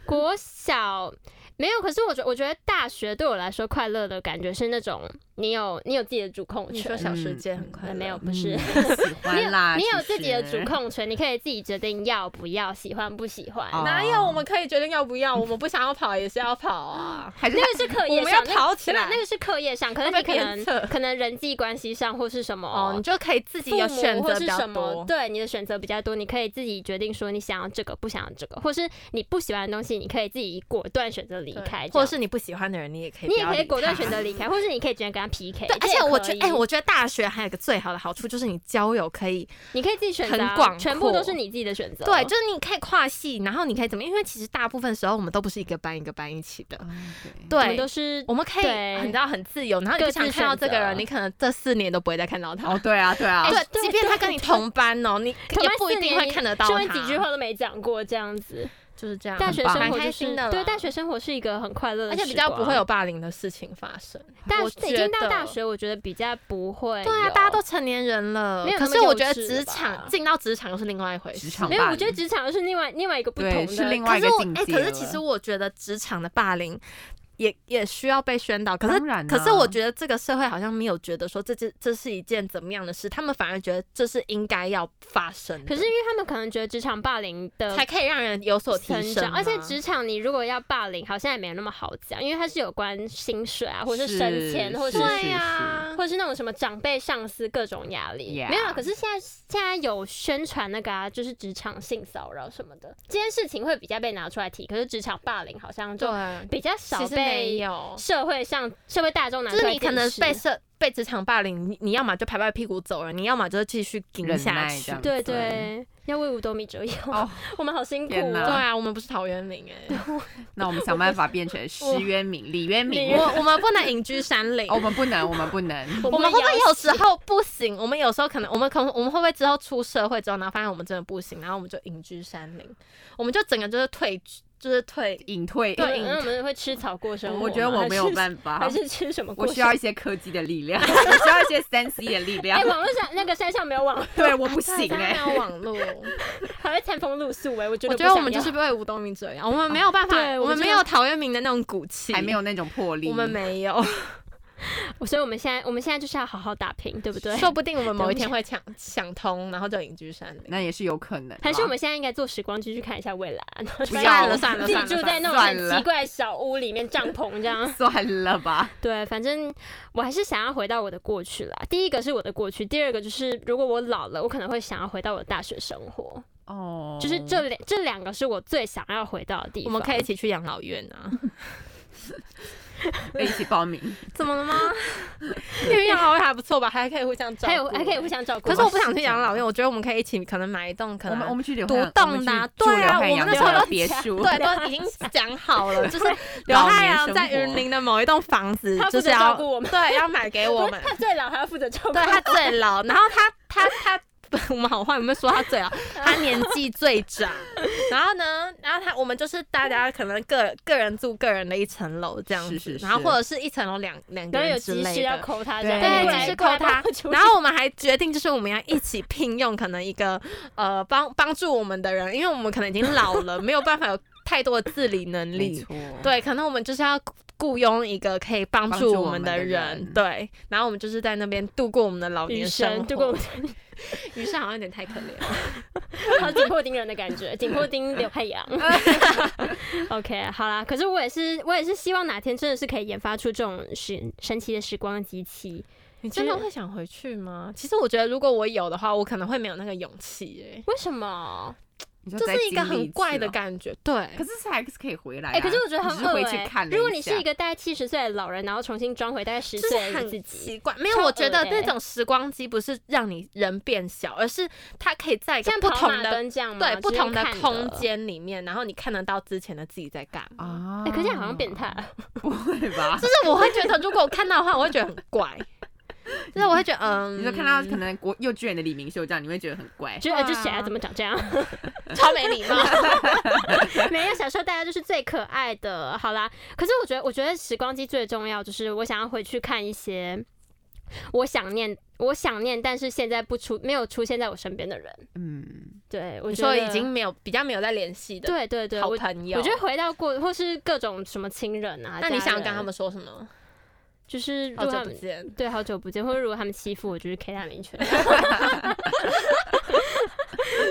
C: 国小没有，可是我觉我觉得大学对我来说快乐的感觉是那种你有你有自己的主控
A: 你说
C: 权，
A: 小世界很快
C: 呃
A: 乐，
C: 没有不是。
B: 嗯喜欢 啦，
C: 你有
B: 其
C: 自己的主
B: 实，
C: 控权，你可以自己决定要不要、喜欢不喜欢。
B: 哦
A: 哪有？我们可以决定要不要，我们不想要跑也是要跑啊。
B: 还是
C: 那个是课
A: 我
C: 业
A: 们要
C: 上，那
A: 跑
C: 个
A: 起来
C: 没有那个是课业上，可能
A: 会
C: 你
A: 被
C: 可能
A: 鞭策
C: 可能人际关系上或是什么
A: 哦，你就可以自己
C: 父
A: 有
C: 母
A: 选
C: 或
A: 择
C: 是
A: 比
C: 什
A: 较
C: 么，
A: 多。
C: 对你的选择比较多，你可以自己决定说你想要这个，不想要这个，或是你不喜欢的东西，你可以自己果断选择离
A: 对
C: 开，
A: 或者
C: 这
A: 是你不喜欢的人，你也可以
C: 样你
A: 不
C: 也
A: 要
C: 可以
A: 理
C: 果断
A: 他
C: 选择 离开，或是你可以直接跟他 PK
A: 对
C: 这也，可
A: 而
C: 以。
A: 且我觉得，哎、我觉得大学还有个最好的好处就是你交友可以，
C: 你可以自己选择啊，
A: 很广阔
C: 全部都是你自己的选择。
A: 对，就是你可以跨系，然后你可以怎么？因为其实大部分时候我们都不是一个班一个班一起的，
B: 嗯对
C: 我们
A: 对
C: 都，是
A: 我们可以
C: 对
A: 很你知道很自由，然后你
C: 各
A: 不
C: 自
A: 想看到这个
C: 选
A: 人，
C: 择
A: 你可能这四年都不会再看到他。
B: 哦，对啊，对啊，
A: 对，
C: 对
A: 即便他跟你同班哦，你
C: 同
A: 也
C: 班
A: 不一
C: 四
A: 定
C: 年
A: 会看得到
C: 说
A: 他。
C: 完几句话都没讲过这样子。
A: 就是这样，
C: 大学
B: 棒
C: 生活
A: 蛮
C: 就
A: 开心
C: 是
A: 的
C: 对
A: 啦
C: 大学生活是一个很快乐
A: 而
C: 的时光，
A: 且比较不会有霸凌的事情发生。
C: 大
A: 我
C: 已
A: 觉
C: 经到
A: 得
C: 大学，我觉得比较不会有。
A: 对啊，大家都成年人了
C: 没有，那
A: 可
C: 么
A: 是我
C: 幼
A: 觉得
C: 稚了
A: 职
C: 吧
A: 场进到职场又是另外一回事。
B: 职场
C: 没有，
B: 霸
C: 我觉得
B: 凌
C: 职场是另外另外一个不
B: 对
C: 同的，
B: 是另外
A: 可
B: 一
A: 是
B: 个
A: 我
B: 境
A: 哎、
B: 界
A: 可是其
B: 了
A: 实我觉得职场的霸凌也也需要被宣导。可是、
B: 当然
A: 可是
B: 啊
A: 我觉得这个社会好像没有觉得说这这这是一件怎么样的事，他们反而觉得这是应该要发生的，
C: 可是因为他们可能觉得职场霸凌的
A: 才可以让人有所提
C: 成
A: 升
C: 长，
A: 啊。
C: 而且职场你如果要霸凌，好像也没有那么好讲，因为它是有关薪水啊，或者是升迁，
B: 是
C: 或者
B: 是
C: 是。
A: 对啊呀、
C: 或者是那种什么长辈、上司各种压力
B: Yeah
C: 没有啊。可是现在现在有宣传那个啊，就是职场性骚扰什么的，这件事情会比较被拿出来提。可是职场霸凌好像就
A: 对，
C: 比较
A: 其
C: 少
A: 实没
C: 被
A: 有，
C: 社会上社会大众拿
A: 就
C: 出
A: 是
C: 来
A: 你
C: 解释。
A: 可能被社被职场霸凌，你你要么就拍拍屁股走人，你要么就是继续顶
B: 忍
A: 下
B: 耐
A: 去
B: 这。样
C: 对
B: 子
C: 对，要为五斗米折腰，
B: 哦
C: 我们好辛苦
B: 天
A: 对
B: 哪
C: 哦。
A: 啊，我们不是陶渊明哎、
B: 那我们想办法变成石渊明、李渊明。
A: 我我们不能隐居山林
B: 哦，我们不能，我们不能。
A: 我们会不会
C: 要
A: 有时候不行？我们有时候可能，我们可能我们会不会之后出社会之后，然后发现我们真的不行，然后我们就隐居山林，我们就整个就是退，就是退。
B: 隐退，
A: 对
C: 对，那我们会吃草过生活吗。
B: 我觉得我没有
C: 法，
B: 办法
C: 还，是吃什么过
B: 我
C: 生活？
B: 需要一些科技的力 量，我需要一些三 C 的力量
C: 哎，。网络上那个山上没有网，
B: 对，我不行
A: 对
B: 哎，
A: 没有网络，
C: 还会餐风露宿哎，我觉
A: 欸
C: 得
A: 我
C: 不
A: 觉得我
C: 想
A: 们就
C: 要
A: 是被吴东明这样，我们没有办法
C: 对，我
A: 我们
C: 们真的
A: 没有陶渊明的那种骨气，
B: 还没有那种魄力。
A: 我们没有。
C: 所以我们现在我们现在就是要好好打拼，对不对？
A: 说不定我们某一天会想想通，然后就隐居山林。
B: 那也是有可能。
C: 还是我们现在应该坐时光机去看一下未来啊，然后
B: 不要
A: 算了算了
C: 自
A: 算
C: 己
A: 了
C: 住在那种
B: 算了。
C: 很奇怪的小屋里面，帐篷这 样
B: 算了吧，
C: 对，反正我还是想要回到我的过去啦。第一个是我的过去，第二个就是如果我老了，我可能会想要回到我的大学生活。
B: 哦，
C: 就是这两这两个是我最想要回到的地
A: 我
C: 方。
A: 们可以一起去养老院啊？
B: 一起报名，
A: 怎么了吗？因为养老院还不错吧，还可以互相照顾，
C: 还有还可以互。相照顾。
A: 可是我不想去养老院，我觉得我们可以一起可能买一栋， 可
B: 我
A: 能
B: 们我们去留
A: 独
B: 汉
A: 栋的啊
B: 我们去住
A: 对啊
B: 刘汉
A: 我们
B: 阳
A: 那时候
B: 的
A: 都
B: 别 墅，
A: 对，都已经讲好了，就是刘
B: 老
A: 汉
B: 年
A: 阳
B: 生
A: 在
B: 活
A: 云林的某一栋房子
C: 他，负
A: 就
C: 责
A: 是要
C: 照顾我们
A: 对，要买给 我们。
C: 他最老还要负责照顾。
A: 对他最老，然后他他他，我们好坏有没有说他最老？他年纪最长，然后呢，然后他我们就是大家可能个个人住个人的一层楼这样子，
B: 是是是
A: 然后或者是一层楼两两个
C: 然后有
A: 人之
C: 急
A: 类
C: 事要
A: 的。
C: 扣他，这
B: 对
A: 对，
C: 样过
A: 就
C: 来
A: 是扣
C: 过来
A: 他
C: 帮我处，理
A: 然后我们还决定，就是我们要一起聘用可能一个呃帮帮助我们的人，因为我们可能已经老了，没有办法有太多的自理能
B: 没
A: 力。
B: 错，
A: 对，可能我们就是要雇佣一个可以帮
B: 帮
A: 助
B: 助
A: 我
B: 我
A: 们
B: 们的
A: 人，
B: 人
A: 对，然后我们就是在那边度过我们的老
C: 女
A: 年生活。
C: 生度过
A: 余生好像有点太可怜 了。
C: 好紧迫盯人的感觉，紧迫 盯刘海洋。OK，好啦，可是我也是，我也是希望哪天真的是可以研发出这种神神奇的时光机器。
A: 你真的会想回去吗？其实我觉得，如果我有的话，我可能会没有那个勇气、欸。
C: 为什么？
B: 你说
A: 这
B: 再
A: 是一个
B: 经历
A: 很怪的
B: 次哦。
A: 感觉。对，
B: 可是还是可以回来啊，
C: 哎、可是我觉得
B: 你
C: 很
B: 只是
C: 恶
B: 回
C: 欸
B: 去看了
C: 如果你
B: 一
C: 是
B: 下
C: 一个大概七十岁的老人，然后重新装回大概十
A: 就是
C: 岁的自
A: 很
C: 己，
A: 奇怪。没有，
C: 超
A: 我觉得
C: 恶欸的
A: 那种时光机不是让你人变小，而是它可以在一个
C: 像
A: 不
C: 跑
A: 同
C: 马
A: 的
C: 灯这样吗？
A: 对不
C: 就是用
A: 同的
C: 看
A: 空。间里面，然后你看得到之前的自己在干嘛。
B: 啊
C: 哎、可是好像变态。
B: 不会 吧？
A: 就是我会觉得，如果我看到的话，我会觉得很 怪。就是我会觉得，嗯，
B: 你就看到可能国幼稚园的李明秀这样，你会觉得很怪。
C: 就呃这谁啊？怎么长这样？
A: 超没礼貌。
C: 没有，小时候大家就是最可爱的。好啦，可是我觉得，我觉得时光机最重要，就是我想要回去看一些我想念、我想念，但是现在不出没有出现在我身边的人。
B: 嗯，
C: 对，我
A: 你
C: 觉
A: 说
C: 得
A: 已经没有比较没有在联系的
C: 对对对，
A: 好
C: 我
A: 朋友，啊
C: 我觉得回到过或是各种什么亲人啊，
A: 那你
C: 家
A: 想跟
C: 人
A: 他们哦说什么？
C: 就是如
A: 好
C: 果他
A: 久不
C: 们
A: 见，
C: 对，好久不见，或者如果他们欺负我，就是 K 他们 一拳。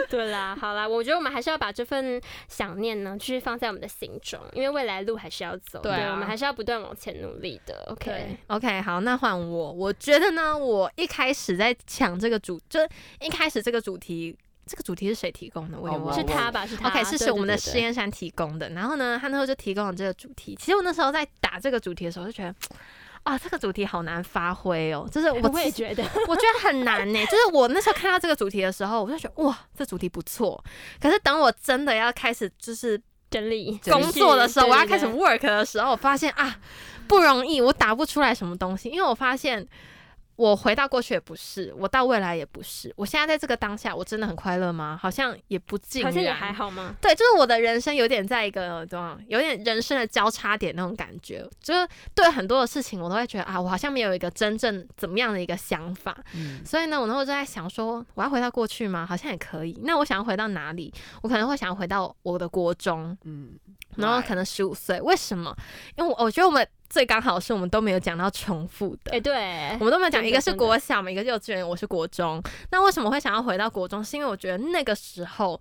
C: 对啦，好啦，我觉得我们还是要把这份想念呢，继续放在我们的心中，因为未来路还是要走，
A: 对啊
C: 我们还是要不断往前努力的。OK，
A: ，OK，好，那换我。我觉得呢，我一开始在抢这个主，就是一开始这个主题，这个主题是谁提供的？我也
B: 哦
A: 忘
B: 我
A: 了。
C: 是他吧？是他
A: OK，是
C: 对
A: 是我们的
C: 对对
A: 实验山提供的。然后呢，他那时候就提供了这个主题。其实我那时候在打这个主题的时候，就觉得。啊，这个主题好难发挥哦，就是我
C: 对 我也觉得，
A: 我觉得很难呢、就是我那时候看到这个主题的时候，我就觉得哇，这主题不错。可是等我真的要开始就是
C: 整理
B: 整理
A: 工作的时候，
C: 对
A: 我要
C: 对
A: 开始
C: 对
A: work 的时候，我发现啊不容易，我打不出来什么东西，因为我发现我回到过去也不是，我到未来也不是，我现在在这个当下，我真的很快乐吗？好像也不尽
C: 好
A: 然，
C: 像也还好吗？
A: 对，就是我的人生有点在一个怎么样，有点人生的交叉点那种感觉，就是对很多的事情我都会觉得啊，我好像没有一个真正怎么样的一个想法，
B: 嗯
A: 所以呢，我那时候就在想说，我要回到过去吗？好像也可以。那我想要回到哪里？我可能会想要回到我的国中，
B: 嗯，
A: 然后
B: Right
A: 可能十五岁。为什么？因为我我觉得我们最刚好是我们都没有讲到重复的。
C: 哎，对
A: 我，们都没有讲，
C: 真的
A: 一个是
C: 真的
A: 国小嘛，一个是幼稚园，我是国中。那为什么会想要回到国中？是因为我觉得那个时候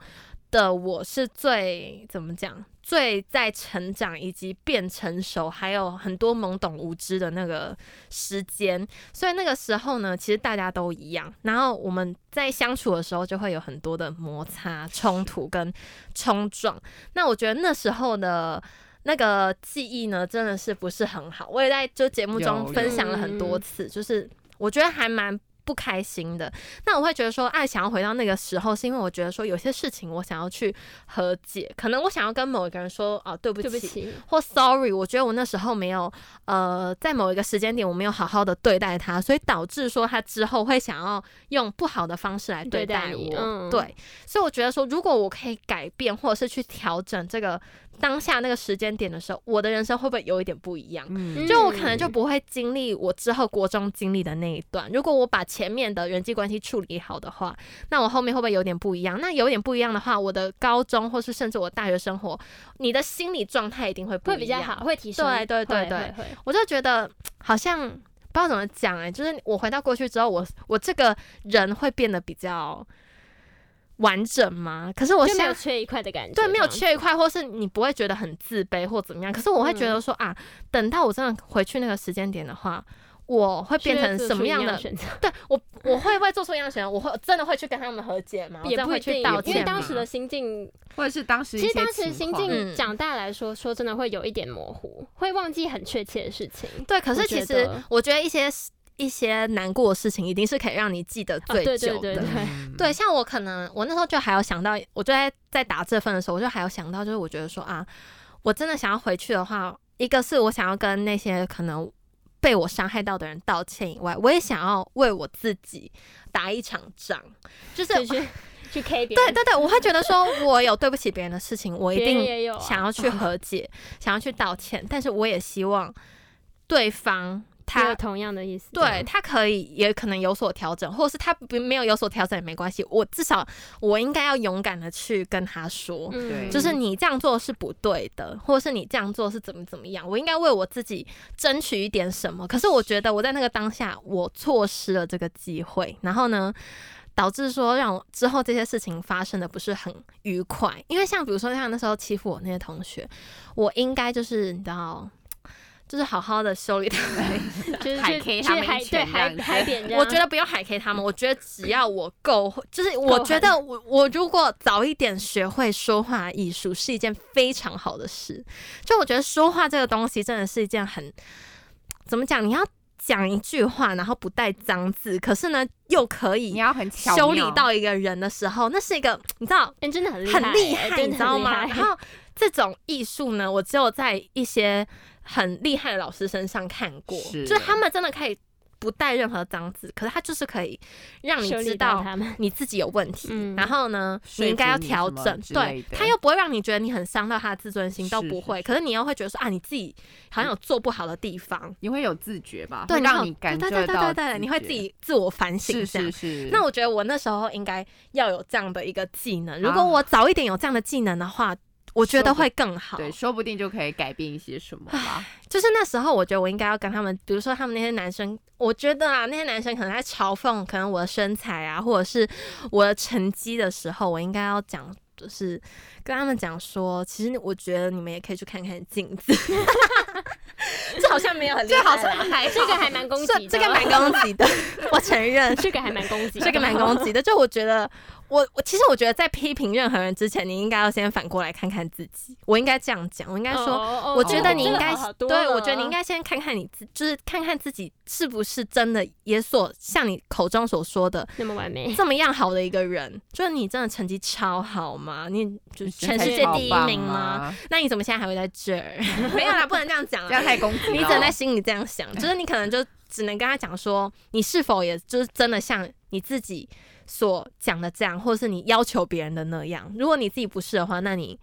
A: 的我是最怎么讲，最在成长以及变成熟，还有很多懵懂无知的那个时间。所以那个时候呢，其实大家都一样。然后我们在相处的时候，就会有很多的摩擦、冲突跟冲撞。那我觉得那时候的。那个记忆呢，真的是不是很好。我也在就节目中
B: 有
A: 分
B: 有
A: 享了很多次，就是我觉得还蛮不开心的。那我会觉得说，哎，想要回到那个时候，是因为我觉得说有些事情我想要去和解，可能我想要跟某一个人说，哦，对不
C: 对不
A: 起，
C: 起，
A: 或 sorry，我觉得我那时候没有，呃，在某一个时间点我没有好好的对待他，所以导致说他之后会想要用不好的方式来
C: 对待
A: 待我。
C: 你嗯
A: 对，所以我觉得说，如果我可以改变或者是去调整这个当下那个时间点的时候，我的人生会不会有一点不一样？
B: 嗯
A: 就我可能就不会经历我之后国中经历的那一段。如果我把前面的人际关系处理好的话，那我后面会不会有点不一样？那有点不一样的话，我的高中或是甚至我大学生活，你的心理状态一定会不
C: 会
A: 一
C: 比
A: 样
C: 较好，。会提升，
A: 对对对
C: 会
A: 对，
C: 会会
A: 我就觉得好像不知道怎么讲哎、就是我回到过去之后，我我这个人会变得比较完整吗？可是我
C: 就
A: 现
C: 没有
A: 在
C: 缺一块的感觉，啊
A: 对没有
C: 这样
A: 缺一块，或是你不会觉得很自卑或怎么样。可是我会觉
C: 嗯
A: 得说、啊，等到我真的回去那个时间点的话，我会变成什么样的？
C: 选择？
A: 对 我我会不会做出一样的选择？我会真的会去跟他们和解吗？我
C: 也
A: 真的
C: 不一
A: 会
C: 定
A: 去道，
C: 因
A: 歉
C: 为
A: 吗
C: 当时的心境，
B: 或者是当时一
C: 其实
B: 些
C: 当时心
B: 况
A: 嗯
C: 境长大来说，说真的会有一点模糊，会忘记很确切的事 情。
A: 对，可
C: 我
A: 是
C: 觉
A: 其实
C: 得
A: 我觉得一些一些难过的事情，一定是可以让你记得
C: 啊
A: 最
C: 对对
A: 久的。
C: 对对
B: 嗯
A: 对，像我可能我那时候就还有想到，我就在在打这份的时候，我就还有想到，就是我觉得说啊，我真的想要回去的话，一个是我想要跟那些可能被我伤害到的人道歉以外，我也想要为我自己打一场仗，就是
C: 就去去 K 别
A: 对
C: 人，
A: 对对，我会觉得 说我有对不起别人的事情，我一
C: 别人
A: 定
C: 也有啊
A: 想要去和解，想要去道歉，但是我也希望对方
C: 也有
A: 他
C: 同样的意思。
A: 对，他可以也可能有所调整，或者是他不没有有所调整也没关系，我至少我应该要勇敢的去跟他说。
B: 对
C: 嗯，
A: 就是你这样做是不对的，或者是你这样做是怎么怎么样，我应该为我自己争取一点什么。可是我觉得我在那个当下，我错失了这个机会，然后呢，导致说让我之后这些事情发生的不是很愉快。因为像比如说像那时候欺负我那些同学，我应该就是你知道。就是好好的修理他们，
C: 就是
B: 海
C: 去
B: K
C: 去
B: 他们一
C: 海对
B: 拳这
C: 海
B: 样子
C: 海扁这样，
A: 我觉得不用海 K 他们，我觉得只要我够，就是我觉得我我如果早一点学会说话艺术是一件非常好的事。就我觉得说话这个东西真的是一件很怎么讲，你要讲一句话，然后不带脏字，可是呢又可
B: 你
A: 以
B: 要很巧
A: 修理
B: 妙
A: 到一个人的时候，那是一个你知道
C: 哎真的很
A: 很厉
C: 害，
A: 害，
C: 真
A: 你
C: 的
A: 知道
C: 很厉
A: 吗？
C: 害
A: 然后这种艺术呢，我只有在一些很厉害的老师身上看过，
B: 是
A: 就是他们真的可以不带任何脏字，可是他就是可以让你
C: 修理
A: 知
C: 到
A: 道
C: 他们，
A: 你自己有问题，
C: 嗯
A: 然后呢，
B: 说
A: 你应该
B: 服
A: 要
B: 你
A: 调
B: 什么
A: 整。
B: 之类
A: 对
B: 的，
A: 他又不会让你觉得你很伤到他的自尊心，
B: 是
A: 都不会。
B: 是
A: 可是你又会觉得说啊，你自己好像有做不好的地方，
B: 你会有自觉吧？
A: 对，
B: 会
A: 好
B: 让你感受
A: 对
B: 到
A: 对对对对
B: 自
A: 对，你会
B: 觉
A: 自己自我反省
B: 是
A: 这样
B: 是。是。
A: 那我觉得我那时候应该要有这样的一个技
C: 啊
A: 能。如果我早一点有这样的技能的话，我觉得会更好。
B: 对，说不定就可以改变一些什么吧。
A: 就是那时候，我觉得我应该要跟他们，比如说他们那些男生，我觉得啊，那些男生可能在嘲讽可能我的身材啊，或者是我的成绩的时候，我应该要讲。就是跟他们讲说，其实我觉得你们也可以去看看镜子，这 好像没有很厉害啦，
B: 还
C: 这个还 蛮 攻击
A: 哎这
C: 的，
A: 这个蛮攻击 的，我承认。
C: 这个还蛮攻击 的，
A: 这个蛮攻击的。就我觉得，我我其实我觉得，在批评任何人之前，你应该要先反过来看看自己。我应该这样讲，我应该说，
C: 哦，
A: 我觉得你
C: 这
A: 应
C: 个
A: 该，
C: 好多
A: 对
C: 了哦
A: 我觉得你应该先看看你自，就是看看自己是不是真的也所像你口中所说的。
C: 那么完美，
A: 这么样好的一个人，就是你真的成绩超好吗？你就是全世界
C: 好
A: 第一名吗？？那你怎么现在还会在这儿？ 没有啦，不能这样讲
B: 啊这
A: 啦
B: 样。太攻击了。
A: 你只能在心里这样想，就是你可能就只能跟他讲说，你是否也就是真的像你自己所讲的这样，或者是你要求别人的那样。如果你自己不是的话，那你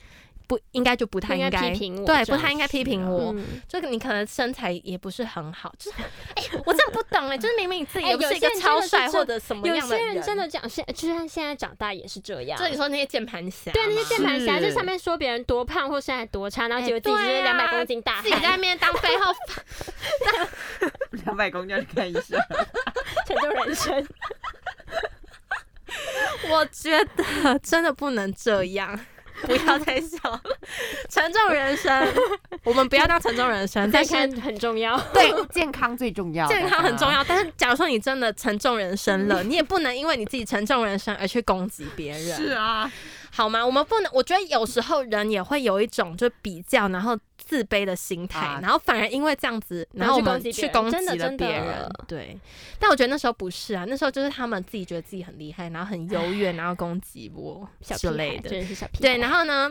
A: 不应该就不太
C: 不应
A: 应
C: 该
A: 该
C: 批评我
A: 对，
C: 这
A: 不
C: 样
A: 太应该批评我。
C: 嗯
A: 就你可能身材也不是很好，就是 哎、我真的不懂哎、就是明明你自己
C: 哎
A: 也不
C: 有
A: 是一
C: 些
A: 个
C: 人真
A: 超
C: 的是
A: 帅
C: 这
A: 或者什么
C: 有
A: 样的
C: 些
A: 人，
C: 人真，的讲，现就算现在长大也是这样，
A: 就你说那些键盘侠嘛，
C: 对那些键盘侠，
B: 是
C: 就上面说别人多胖或身材多差，然后
A: 哎
C: 结果自己就
A: 对
C: 是
A: 啊
C: 两百公斤大
A: 自己在
C: 汉，
A: 那边 当背后
B: 两百公斤去看医生，
C: 成就人生。
A: 我觉得真的不能这样，不要再笑了。沉重人生，我们不要当沉重人生，但
C: 再
A: 是
C: 看很重要，
B: 对，健康最重要，
A: 健康很重
B: 大家。
A: 要。但是假如说你真的沉重人生了，你也不能因为你自己沉重人生而去攻击别人，
B: 是啊，
A: 好吗？我们不能，我觉得有时候人也会有一种就比较，然后自卑的心态，
B: 啊
A: 然后反而因为这样子，然后我们去攻击
C: 然后
A: 了
C: 去攻
A: 别
C: 击别人真的
A: 人
C: 真的。
A: 对，但我觉得那时候不是啊，那时候就是他们自己觉得自己很厉害，然后很优 越，然后攻击我
C: 小屁
A: 之类
C: 孩
A: 的。
C: 真的是小屁
A: 对，然
C: 后
A: 后呢，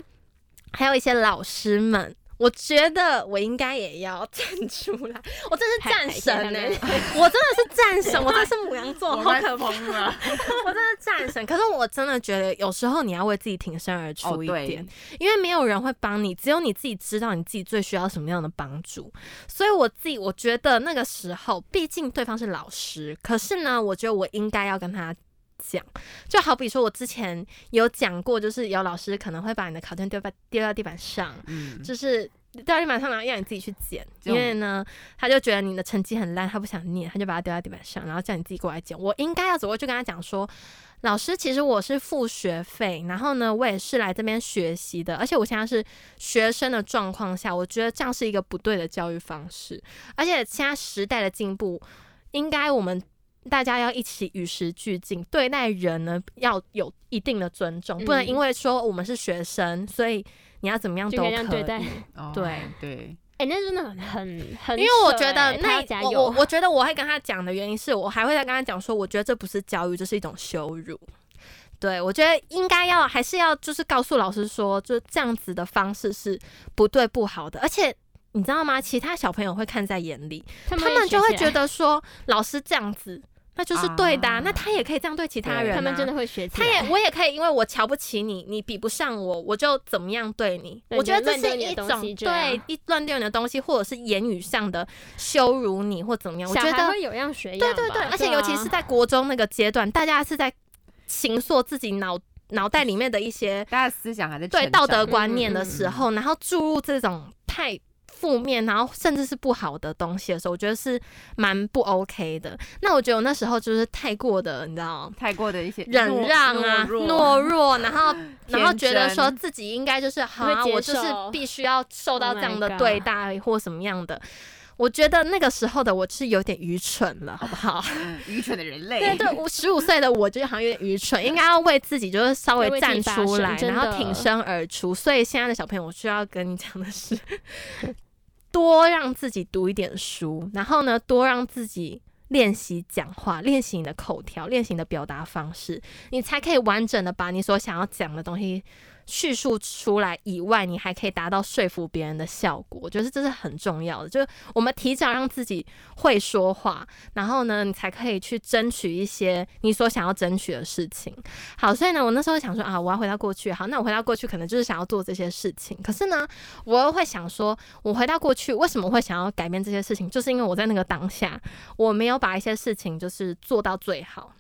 A: 还有一些老师们，我觉得我应该也要 站出来，我真是战神呢、欸我真的是战神，我真的是母羊 座，
B: 我
A: 好
B: 快
A: 可怕，啊
B: 疯了。
A: 我真的是战神。可是我真的觉得有时候你要为自己挺身而
B: 哦
A: 出一
B: 对
A: 点，因为没有人会帮你，只有你自己知道你自己最需要什么样的帮助。所以我自己我觉得那个时候，毕竟对方是老师，可是呢，我觉得我应该要跟他。讲，就好比说，我之前有讲过，就是有老师可能会把你的考卷丢在丢到地板上，
B: 嗯，
A: 就是掉地板上，然后让你自己去捡，
B: 这
A: 因
B: 种
A: 为呢，他就觉得你的成绩很烂，他不想念，他就把它丢在地板上，然后叫你自己过来捡。我应该要走过去跟他讲说，老师，其实我是付学费，然后呢，我也是来这边学习的，而且我现在是学生的状况下，我觉得这样是一个不对的教育方式，而且现在时代的进步，应该我们。大家要一起与时俱进，对待人呢要有一定的尊重，不能
C: 嗯
A: 因为说我们是学生，所以你要怎么样
C: 就
A: 都
C: 可
A: 可
C: 以这样对待。
B: 哦
A: 对
B: 对，
C: 哎、那真的很很很扯欸，
A: 因为我觉得
C: 他
A: 那
C: 要加
A: 我
C: 油
A: 我我觉得我会跟他讲的原因是我还会再跟他讲说，我觉得这不是教育，这是一种羞辱。对，我觉得应该要还是要就是告诉老师说，就这样子的方式是不对不好的，而且。你知道吗？其他小朋友会看在眼里，
C: 他
A: 他们就会觉
C: 得
A: 得说，老师这样子，那就是对的啊、
B: 啊
A: 那他也可以这样对其他
B: 对
A: 人、啊。
C: 他们真的会学起
A: 他
C: 来，
A: 也我也可以，因为我瞧不起你，你比不上我，我就怎么样对你。
C: 对
A: 我觉得这
C: 你就
A: 是
C: 乱丢
A: 一
C: 你的
A: 种
C: 东西这样
A: 对一乱丢你的东西，或者是言语上的羞辱你或怎么样。我
C: 小
A: 觉
C: 孩
A: 得
C: 会有样学样吧，
A: 对对对，而且
C: 啊
A: 尤其是在国中那个阶段，大家是在形塑自己脑脑袋里面的一些
B: 大家思想还在
A: 对
B: 成
A: 道
B: 长
C: 嗯
A: 德观念的时候，然后注入这种太负面，然后甚至是不好的东西的时候，我觉得是蛮不 OK 的。那我觉得我那时候就是太过的，你知道。
B: 太过的一些
A: 忍
B: 懦
A: 让啊，
B: 懦弱
A: 懦弱， 然后然后
B: 天
A: 觉得
B: 真
A: 说自己应该就是好啊，
C: 会接
A: 我就是
C: 受
A: 必须要受到这
C: Oh my
A: 样的
C: God
A: 对待或什么样的。我觉得那个时候的我是有点愚蠢了，好不好？
B: 愚蠢的人
A: 对
B: 类。
A: 对，我十五岁的我就好像有点愚蠢，应该要为自己就是稍
C: 要为
A: 微
C: 自己
A: 站
C: 发
A: 出
C: 声
A: 来，
C: 真
A: 然后
C: 的
A: 挺身而出。所以现在的小朋友，我需要跟你讲的是，多让自己读一点书，然后呢，多让自己。练习讲话，练习你的口条，练习你的表达方式，你才可以完整的把你所想要讲的东西叙述出来。以外，你还可以达到说服别人的效果。我觉得这是很重要的，就是我们提早让自己会说话，然后呢，你才可以去争取一些你所想要争取的事情。好，所以呢，我那时候想说啊，我要回到过去。好，那我回到过去可能就是想要做这些事情。可是呢，我又会想说，我回到过去为什么会想要改变这些事情？就是因为我在那个当下，我没有把一些事情就是做到最好。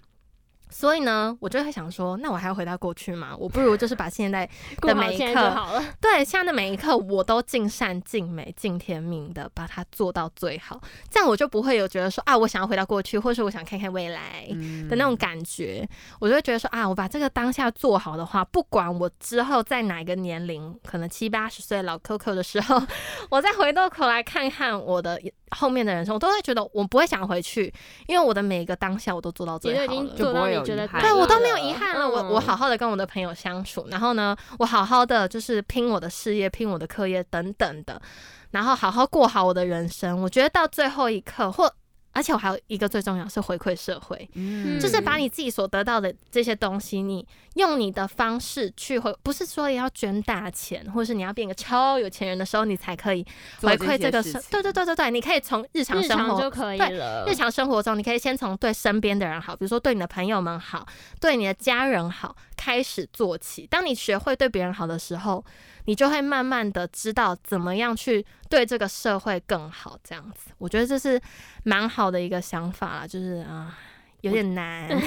A: 所以呢，我就会想说，那我还要回到过去吗？我不如就是把现在
C: 过
A: 的
C: 好
A: 每一
C: 现在
A: 刻
C: 就好了，
A: 对，现在的每一刻我都尽善尽美、尽天命的把它做到最好，这样我就不会有觉得说啊，我想要回到过去，或是我想看看未来
B: 嗯
A: 的那种感觉。我就会觉得说啊，我把这个当下做好的话，不管我之后在哪个年龄，可能七八十岁老 Coco 的时候， 我再回过头来看看我的后面的人生，我都会觉得我不会想回去，因为我的每一个当下我都做到
C: 你
A: 最
C: 都
A: 好了。
C: 已经
B: 就
C: 做
B: 不
C: 到
B: 会
C: 你
B: 有
C: 觉
B: 遗
C: 得
B: 憾
C: 对
A: 对我
C: 了
A: 都没有遗憾了，我我
C: 嗯
A: 好好的跟我的朋友相处，然后呢，我好好的就是拼我的事业、拼我的课业等等的，然后好好过好我的人生。我觉得到最后一刻，或而且我还有一个最重要是回馈社会，
B: 嗯
A: 就是把你自己所得到的这些东西，你用你的方式去回，不是说要捐大钱，或是你要变个超有钱人的时候，你才可以
B: 做
A: 回馈这个
B: 些事
A: 社。
B: 情
A: 对对对对对，你可以从日常
C: 日
A: 生活
C: 常就可以
A: 对
C: 了
A: 日。常生活中，你可以先从对身边的人好，比如说对你的朋友们好，对你的家人好，开始做起。当你学会对别人好的时候，你就会慢慢的知道怎么样去对这个社会更好。这样子，我觉得这是蛮好的一个想法啦，就是啊。有点难，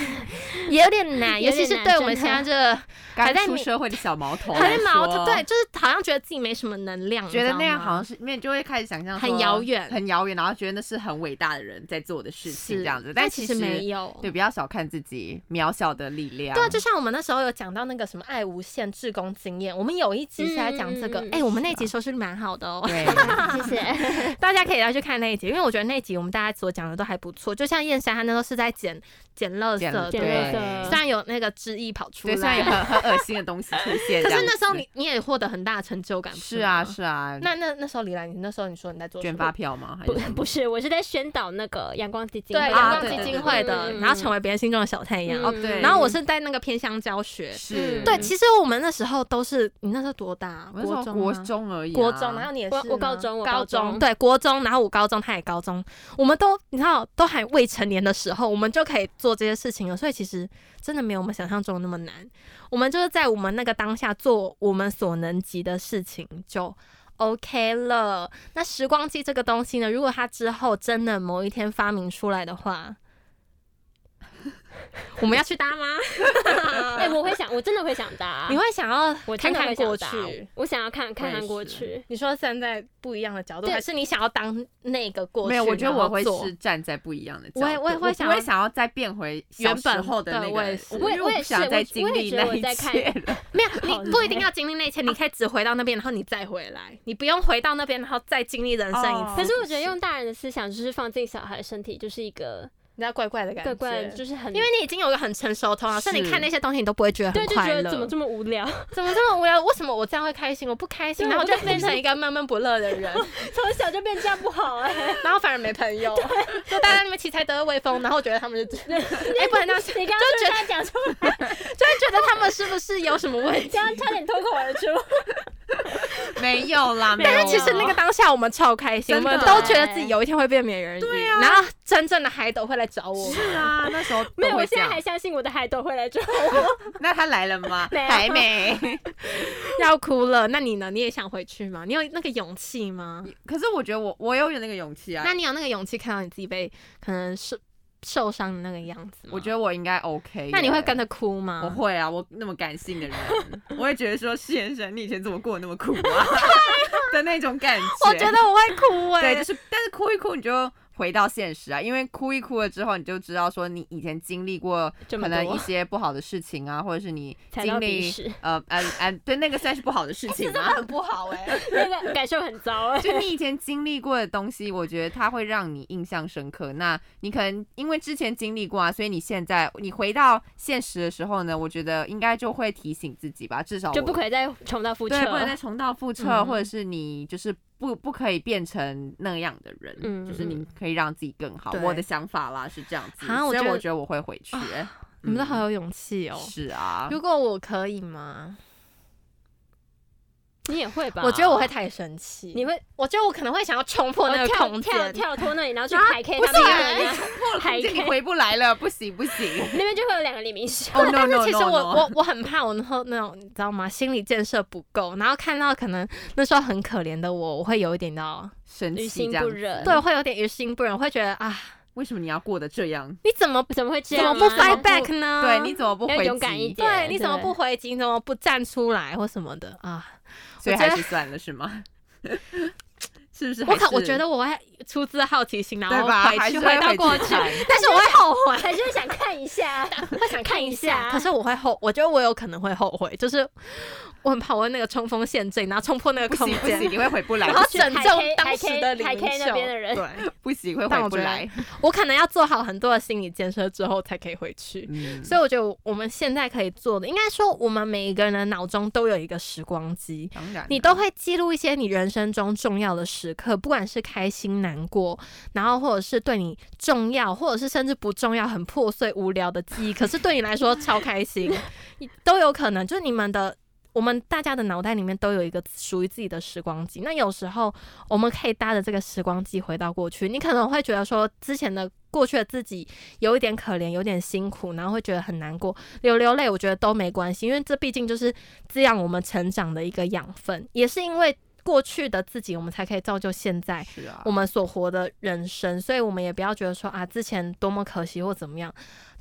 A: 也有点 难，
C: 有
A: 尤
C: 点
A: 其是
C: 难
A: 对我们
C: 真的
A: 现在这个还
B: 刚
A: 在
B: 出
A: 你
B: 社会的小毛头
A: 还在
B: 来说，
A: 矛盾，对，就是好像觉得自己没什么能量，
B: 哦觉得那样
A: 样
B: 好像是，因为就会开始想象
A: 很
B: 说
A: 遥远
B: 很遥远，然后觉得那是很伟大的人在做的事情
A: 是
B: 这样子，
A: 但
B: 其
A: 其实没有，
B: 对，不要小看自己渺小的力量。
A: 对啊，就像我们那时候有讲到那个什么爱无限志工经验，我们有一集是在讲这个，哎、
C: 嗯
A: 我们那集收视率蛮好的哦，
B: 对，
C: 谢谢。
A: 大家可以来去看那一集，因为我觉得那一集我们大家所讲的都还不错。就像燕山，他那时候是在捡捡垃
B: 捡
A: 圾，
B: 了
C: 捡
A: 对，
C: 垃圾
A: 虽然有那个汁液跑出
B: 对，虽然有
A: 来，
B: 很很恶心的东西出现，
A: 可
B: 这样
A: 是那时候
B: 子
A: 你你也获得很大的成就感，不
B: 是啊
A: 吗
B: 是啊，
A: 那那那时候李兰，你那时候你说你在做什
B: 捐
A: 么
B: 发票吗？还
C: 不
B: 是什么
C: 不是，我是在宣导那个阳光基金
A: 对
C: 会，
A: 阳
B: 啊
A: 光
B: 对
A: 基
B: 对
A: 金
B: 对
A: 会
B: 对
A: 的，
C: 嗯
A: 然后成为别人心中的小太阳。
B: 哦对
A: 然后我是在那个偏乡教学，
B: 是
C: 嗯
A: 对，其实我们那时候都是你那时候多大啊？
B: 我那时候
A: 中
B: 国
A: 国
B: 中而已啊，
A: 国中，然后你也是
C: 我我
A: 吗
C: 高中我
A: 高
C: 高中
A: 中，对，国中，然后我高中，他也高中，我们都你知道，都还未成年的时候，我们就可以做这些事情了，所以其实真的没有我们想象中那么难。我们就是在我们那个当下做我们所能及的事情就 OK 了。那时光机这个东 西呢，如果它之后真的某一天发明出来的话，我们要去搭吗？
C: 哎、我会想，我真的会想搭。
A: 你会想要
C: 我真
A: 看
C: 的会
A: 看
C: 想
A: 过
C: 搭
A: 去？，
C: 我想要看看看过
B: 我也是
C: 去。
A: 你说站在不一样的角度，
C: 对
A: 还是你想要当那个过去？
B: 没有，我觉得
A: 然后
B: 我会
A: 做
B: 是站在不一样的角度，
A: 我也我也会想
B: 我不会想要再变回小
A: 原本
B: 时候的那
A: 对我也
B: 个，
A: 是
B: 因为
C: 我
B: 我
C: 也
B: 不
C: 是
B: 想
C: 我
B: 再
C: 也
B: 经
C: 我也
B: 历
C: 觉得
B: 那
C: 我
B: 一
C: 在看
B: 切 了。
A: 没有，
C: 好啊
A: 你不一定
C: 累
A: 要经历那一切，你可以只回到那边，然后你再回来，你不用回到那边，然后再经历人生一
B: 哦
A: 次。
C: 可是我觉得用大人的思想就是放进小孩的身体，就是一个
A: 你知道怪怪的感
C: 怪怪的，
A: 觉，
C: 就是很
A: 因为你已经有一个很成熟的头脑，
B: 是
A: 所以你看那些东西你都不会觉得
C: 对，
A: 很
C: 就
A: 快
C: 觉
A: 乐。
C: 得怎么这么无 聊，
A: 怎么这么无聊？为什么我这样会开心？我不开心，
C: 对
A: 然后
C: 我
A: 就
C: 不开
A: 变
C: 心
A: 成一个闷闷不乐的人，
C: 从小就变这样不好哎、
A: 然后反而没朋友，就大家那边奇才得威风，然后觉得他们是， 就
C: 哎
A: 不能这样
C: 你刚刚就这样讲出来，
A: 会觉得他们是不是有什么问题？
C: 刚刚差点脱口而出。
B: 没有啦，没有。
A: 但是其实那个当下我们超开心，我
B: 啊真的欸
A: 们都觉得自己有一天会变美人鱼，
B: 对啊
A: 然后真正的海斗会来找我们。
B: 是啊，那时 候
C: 没有，
B: 都
C: 我
B: 会这
C: 现在
B: 样
C: 还相信我的海斗会来找我。
B: 那他来了吗？
C: 没有
B: 还没。
A: 要哭了，那你呢？你也想回去吗？你有那个勇气吗？
B: 可是我觉得我我有那个勇气啊
A: 那，你有那个勇气看到你自己被可能是受伤的那个样子吗？
B: 我觉得我应该 OK 耶。
A: 那你会跟着哭
C: 嗯
A: 吗？
B: 我会啊，我那么感性 的人，我会觉得说，施先生，你以前怎么过得那么苦啊 的那种感觉。
A: 我觉得我会哭哎、
B: 对，就是但是哭一哭你就回到现实啊，因为哭一哭了之后，你就知道说你以前经历过
C: 这么
B: 可能
C: 多
B: 一些不好的事情啊，或者是你
C: 踩
B: 经
C: 到鼻
B: 历
C: 屎
B: 呃呃呃，对，那个算是不好的事情 啊。
A: 不好哎、
C: 那个感受很糟哎、
B: 就你以前经历过的东西，我觉得它会让你印象深刻。那你可能因为之前经历过啊，所以你现在你回到现实的时候呢，我觉得应该就会提醒自己吧，至少
C: 就
B: 我
C: 不可以再重蹈覆辙
B: 对，。不能再重蹈覆辙，
A: 嗯
B: 或者是你就是不不可以变成那样的人，
C: 嗯
B: 就是
C: 嗯
B: 你可以让自己更好。
A: 对
B: 我的想法啦是这样子，
A: 啊我
B: 所以
A: 觉得啊
B: 我觉得我会回去、欸
A: 你们都好有勇气哦、
B: 是啊，
A: 如果我可以吗？
C: 你也会吧？
A: 我觉得我会，太生气。
C: 你会
A: 我觉得我可能会想要冲破那个
C: 哦跳
A: 空
C: 跳
A: 间。
C: 跳脱那里，然后去
A: 啊
C: 排 K
A: 不
C: 他
A: 是
C: 们
A: 啊
C: 两 个人啊，排
B: 这你
C: K
B: 回不来了，不 行不行。
C: 那边就会有两个黎明秀。
B: 哦、no
A: 但
B: no
A: 是
B: no
A: 其实
B: no！
A: 我我我很怕我那时候那种你知道吗？心理建设不够，然后看到可能那时候很可怜的我，我会有一点到，
B: 生
C: 于
B: 气
C: 心
B: 这样
C: 不
B: 子，
C: 忍
A: 对，会有点于心不忍，会觉得啊，
B: 为什么你要过得这样？
A: 你怎么不
C: 怎么会这
A: 怎
C: 样
A: 么
C: 啊？
A: 不 fight back 呢？
B: 对，你怎么不
C: 要
B: 回
C: 勇敢一
B: 击？
C: 点
A: 对你怎么
C: 对
A: 不回击？你怎么不站出来或什么的啊？
B: 所以
A: 我觉得
B: 还是算了，是吗？ 是不是还
A: 我
B: 是？
A: 可我觉得我会出自好奇心，然
B: 对
A: 后
B: 吧？
A: 回
B: 还
A: 去
B: 是
A: 回
B: 会
A: 到过
B: 去
A: 去，
B: 看。
A: 但是我会后 悔。
C: 还是想看一下，会想看一
B: 啊
C: 下。
A: 可是我会后，我觉得我有可能会后悔，就是我很怕我会那个冲锋陷阵，然后冲破那
B: 不
A: 个空
B: 行不
A: 间
B: 行，，你会回 不来
A: 然，后
C: 去
A: 拯
C: 海
A: 救
C: K-
A: 当
C: 海
A: 时
C: K-
A: 的李
C: 海 K
A: 明
C: 那
A: 秀
C: 边的人
A: 对，
B: 不行会
A: 但
B: 回
A: 我
B: 不
A: 觉得
B: 来。
A: 我可能要做好很多的心理建设之后才可以回去。
B: 嗯
A: 所以我觉得我们现在可以做的，应该说我们每一个人的脑中都有一个时光机，
B: 当然啊，
A: 你都会记录一些你人生中重要的时刻，不管是开心、难过，然后或者是对你重要，或者是甚至不重要、很破碎、无聊的记忆，可是对你来说超开心，都有可能。就是你们的，我们大家的脑袋里面都有一个属于自己的时光机。那有时候我们可以搭着这个时光机回到过去，你可能会觉得说之前的。过去的自己有一点可怜，有点辛苦，然后会觉得很难过，流流泪，我觉得都没关系，因为这毕竟就是滋养我们成长的一个养分，也是因为过去的自己，我们才可以造就现在
B: 是啊
A: 我，们所活的人生。所以，我们也不要觉得说啊，之前多么可惜或怎么样，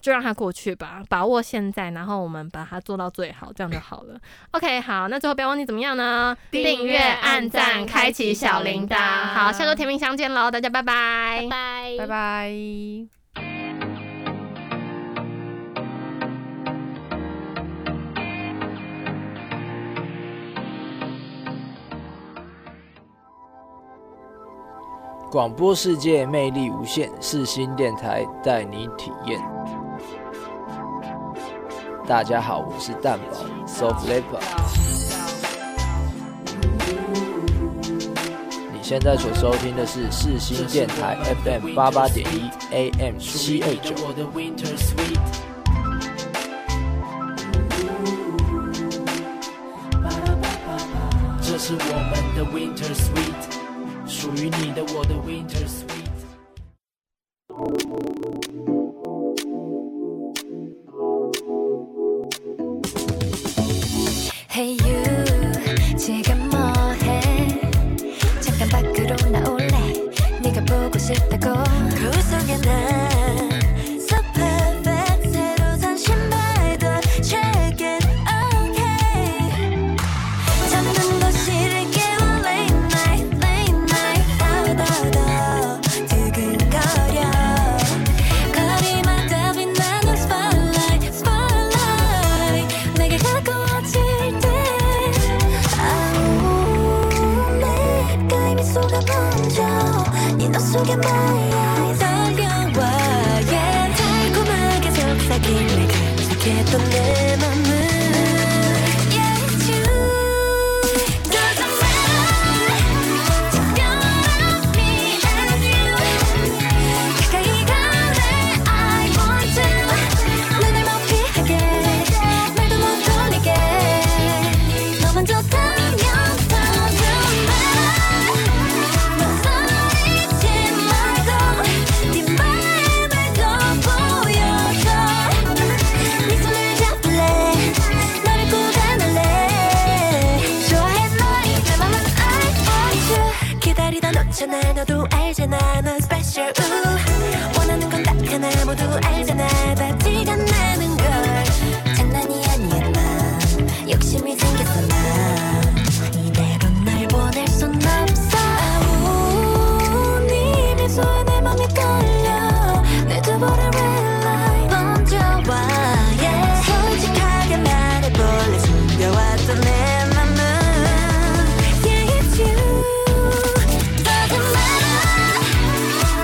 A: 就让它过去吧，把握现在，然后我们把它做到最好，这样就好 了。OK，好，那最后不要忘记怎么样呢？
C: 订阅按赞开启小铃铛
A: 好，下周甜蜜相见喽，大家拜拜
C: 拜拜
B: 拜拜。
D: 广播世界魅力无限，世新电台带你体验。大家好，我是蛋宝 Soft Leper。你现在所收听的是世新电台 FM 八八点一 AM 七二九。
E: 我的 Winter Sweet。这是我们的 Winter Sweet，属于你的我的 Winter Sweet。
F: Hey you 지금 뭐해 잠깐 밖으로 나올래 네가 보고 싶다고 그 속에 난서 perfect 새로 그네 속여 my eyes 당겨와 yeah 달콤하게 속삭이네 간직했던 내 맘은 Yeah it's you Doesn't matter 특별한 me and you 가까이 가래 I want to 눈을 못 피하게 말도 못 돌리게 너 먼저 다면 Doesn't matter 넌 소리치 말고 네 마음을 더 보여줘 네 손을 잡을래 너를 꼭 안을래 좋아해 너의 내 맘은 I want you 기다리다 놓잖아 너도 알잖아 넌 special ooh 원하는 건 딱 하나 모두 알잖아 다 티가 나는 걸 장난이 아니야 난 욕심이 생겼어 난 이대로 날 보낼 순 없어 아우 네 미소에 내 맘이 떨려 내 두 볼에 red light 던져와 yeah 솔직하게 말해볼래 숨겨왔던 내 맘은 yeah it's you Doesn't matter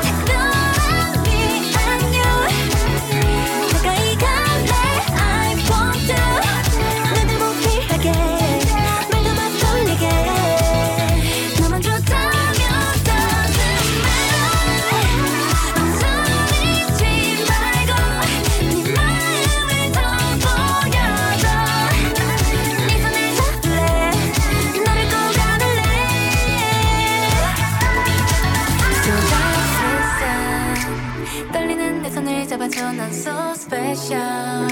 F: 특별한 네 안녕 가까이 갈래 I want to 눈을 못 피하게 말도 막 돌리게 너만 좋다면 Doesn't matter 넌 소리치 말고 네 마음을 더 보여줘 네 손을 잡을래 너를 꼭 안을래 So that's it 떨리는 내 손을 잡아줘 난 so special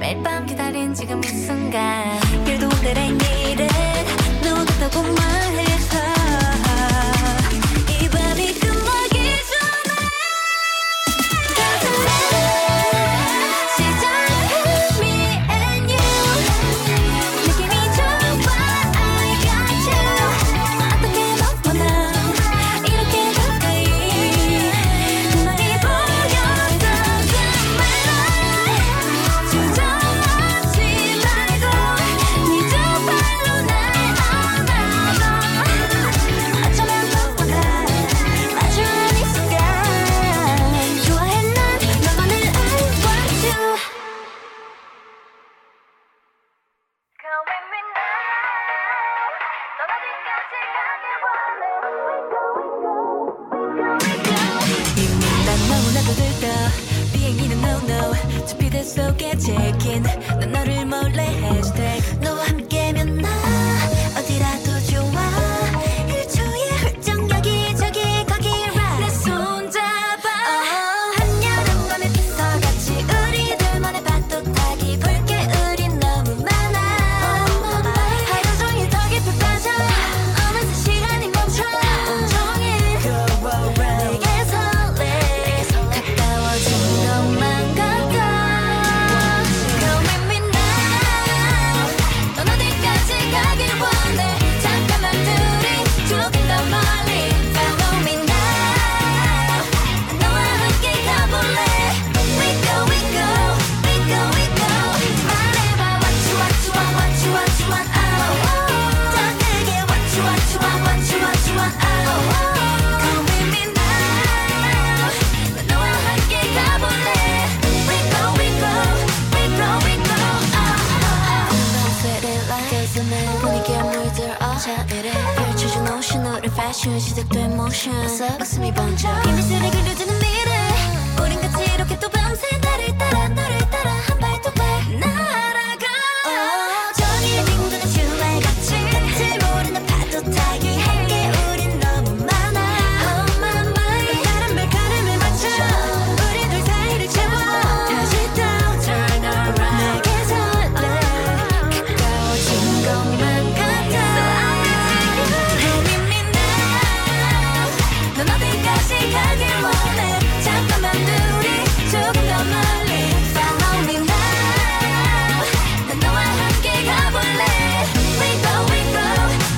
F: 매일 밤 기다린 지금 이 순간 길도 오늘의 일은 누구다고 말해줘 이 밤이 끝나기 전에 Doesn't matter 시작은 me and you 느낌이 좋아 I got you 어떻게 너무나 이렇게 가까이 눈이 보여 떠들면 주저하지 말고 네 두 발로 날 안아줘 어쩌면 너보다 마주한 이 순간 좋아해 난 너만을 I want you 난 너무나도 들떠 비행기는 no no 주피대 속에 check-in 난 너를 몰래 hashtag 너와 함께면 나 어디라도 좋아 1초의 훌쩍 여기저기 거기 right 내 손 잡아 한여름 밤의 빈서같이 우리들만의 반도타기 볼게 우린 너무 많아 하루 종일 더 깊이 빠져 어느새 시간이 멈춰 온종일 내게 설레 가까워진 것만 같아 Come with me now 넌 어디까지 가길 원해 잠깐만 둘이 조금 더 멀리 Follow me now 너와 함께 가볼래 We go we go we go we go 말해봐 what you what you want what you want you want oh 더 크게 what you want you want what you want you want oh Come with me now 난 너와 함께 가볼래 We go we go we go we go oh 분위기에 물들어 자이래 펼쳐진 노션 노래 패션 시작된 모션 가슴이 번져 이 미소를 그려주는 미래 우린 같이 이렇게 또 밤새 나를 따라 너를 따라 한 발톱에 날아가 저기 빙그는 주말같이 끝을 모르는 파도 타기 할게 우린 너무 많아 Oh my my 다른 발걸음을 맞춰 우리 둘 사이를 채워 다시 또 turn around 내게 설레 가까워진 것만 같아 Let me now 넌 어디까지 가길 원해 잠깐만 우리 조금 더 멀리 Follow me now 난 너와 함께 가볼래 We go we go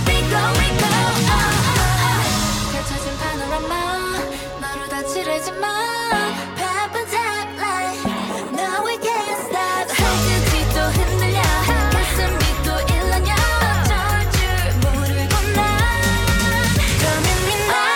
F: we go we go oh, oh, oh. 펼쳐진 파노라마 너로 다치려지 마 바쁜 timeline No we can't stop 손끝이 또 흔들려 가슴이 또 일렁여 어쩔 줄 모르고 네 난 Come in me now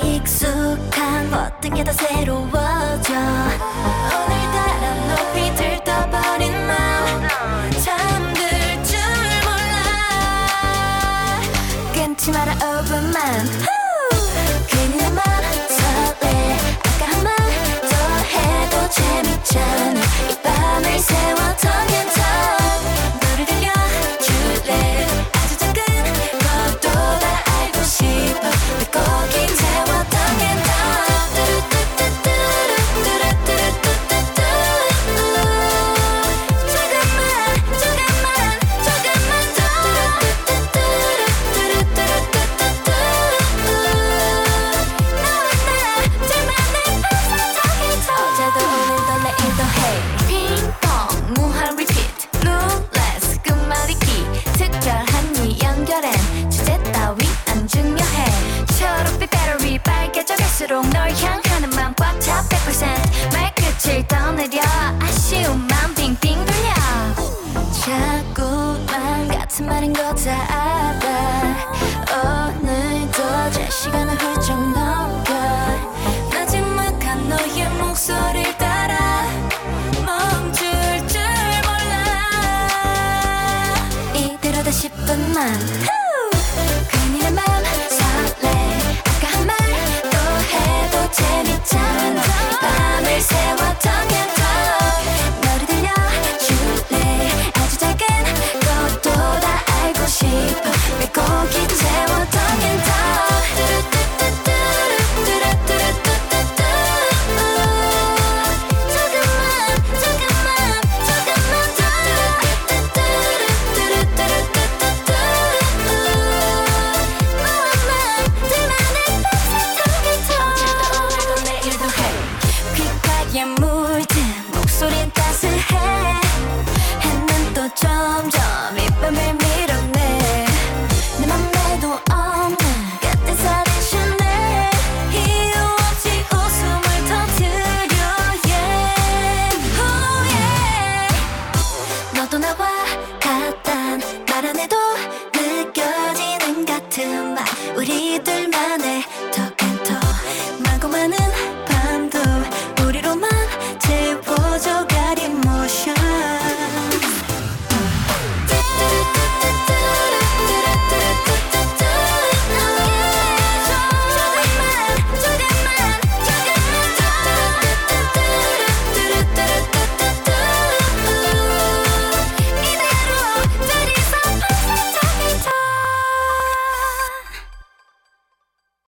F: 모든 게 다 새로워져 오늘따라 높이 들떠버린 마음 잠들 줄 몰라 끊지 마라 overman 괜히 내맘 설레 아까 한 말 더 해도 재밌잖아 이 밤을 세웠던 연장 너를 들려줄래 아주 작은 것도 다 알고 싶어 내 거긴 세웠던 연장 뚜루뚜뚜뚜루뚜루뚜루뚜루뚜루 조금만 조금만 조금만 더 뚜루뚜뚜뚜루뚜루뚜루뚜루뚜루 너와 나 둘만의 반사적인 어제도 오늘도 내일도 hey 핑퐁 무한 repeat 룰레스 끝말잇기 특별한 이 연결엔 주제 따윈 안 중요해 초록빛 배터리 빨개져 갈수록 널 향하는 맘 꽉차 100% 말끝을 떠내려 아쉬움만 빙빙 돌려 자꾸만 같은 말인 거 다 알아 오늘도 잘 시간을 훌쩍 넘겨 마지막한 너의 목소리를 따라 멈출 줄 몰라 이대로 다 10분만 그 Oh,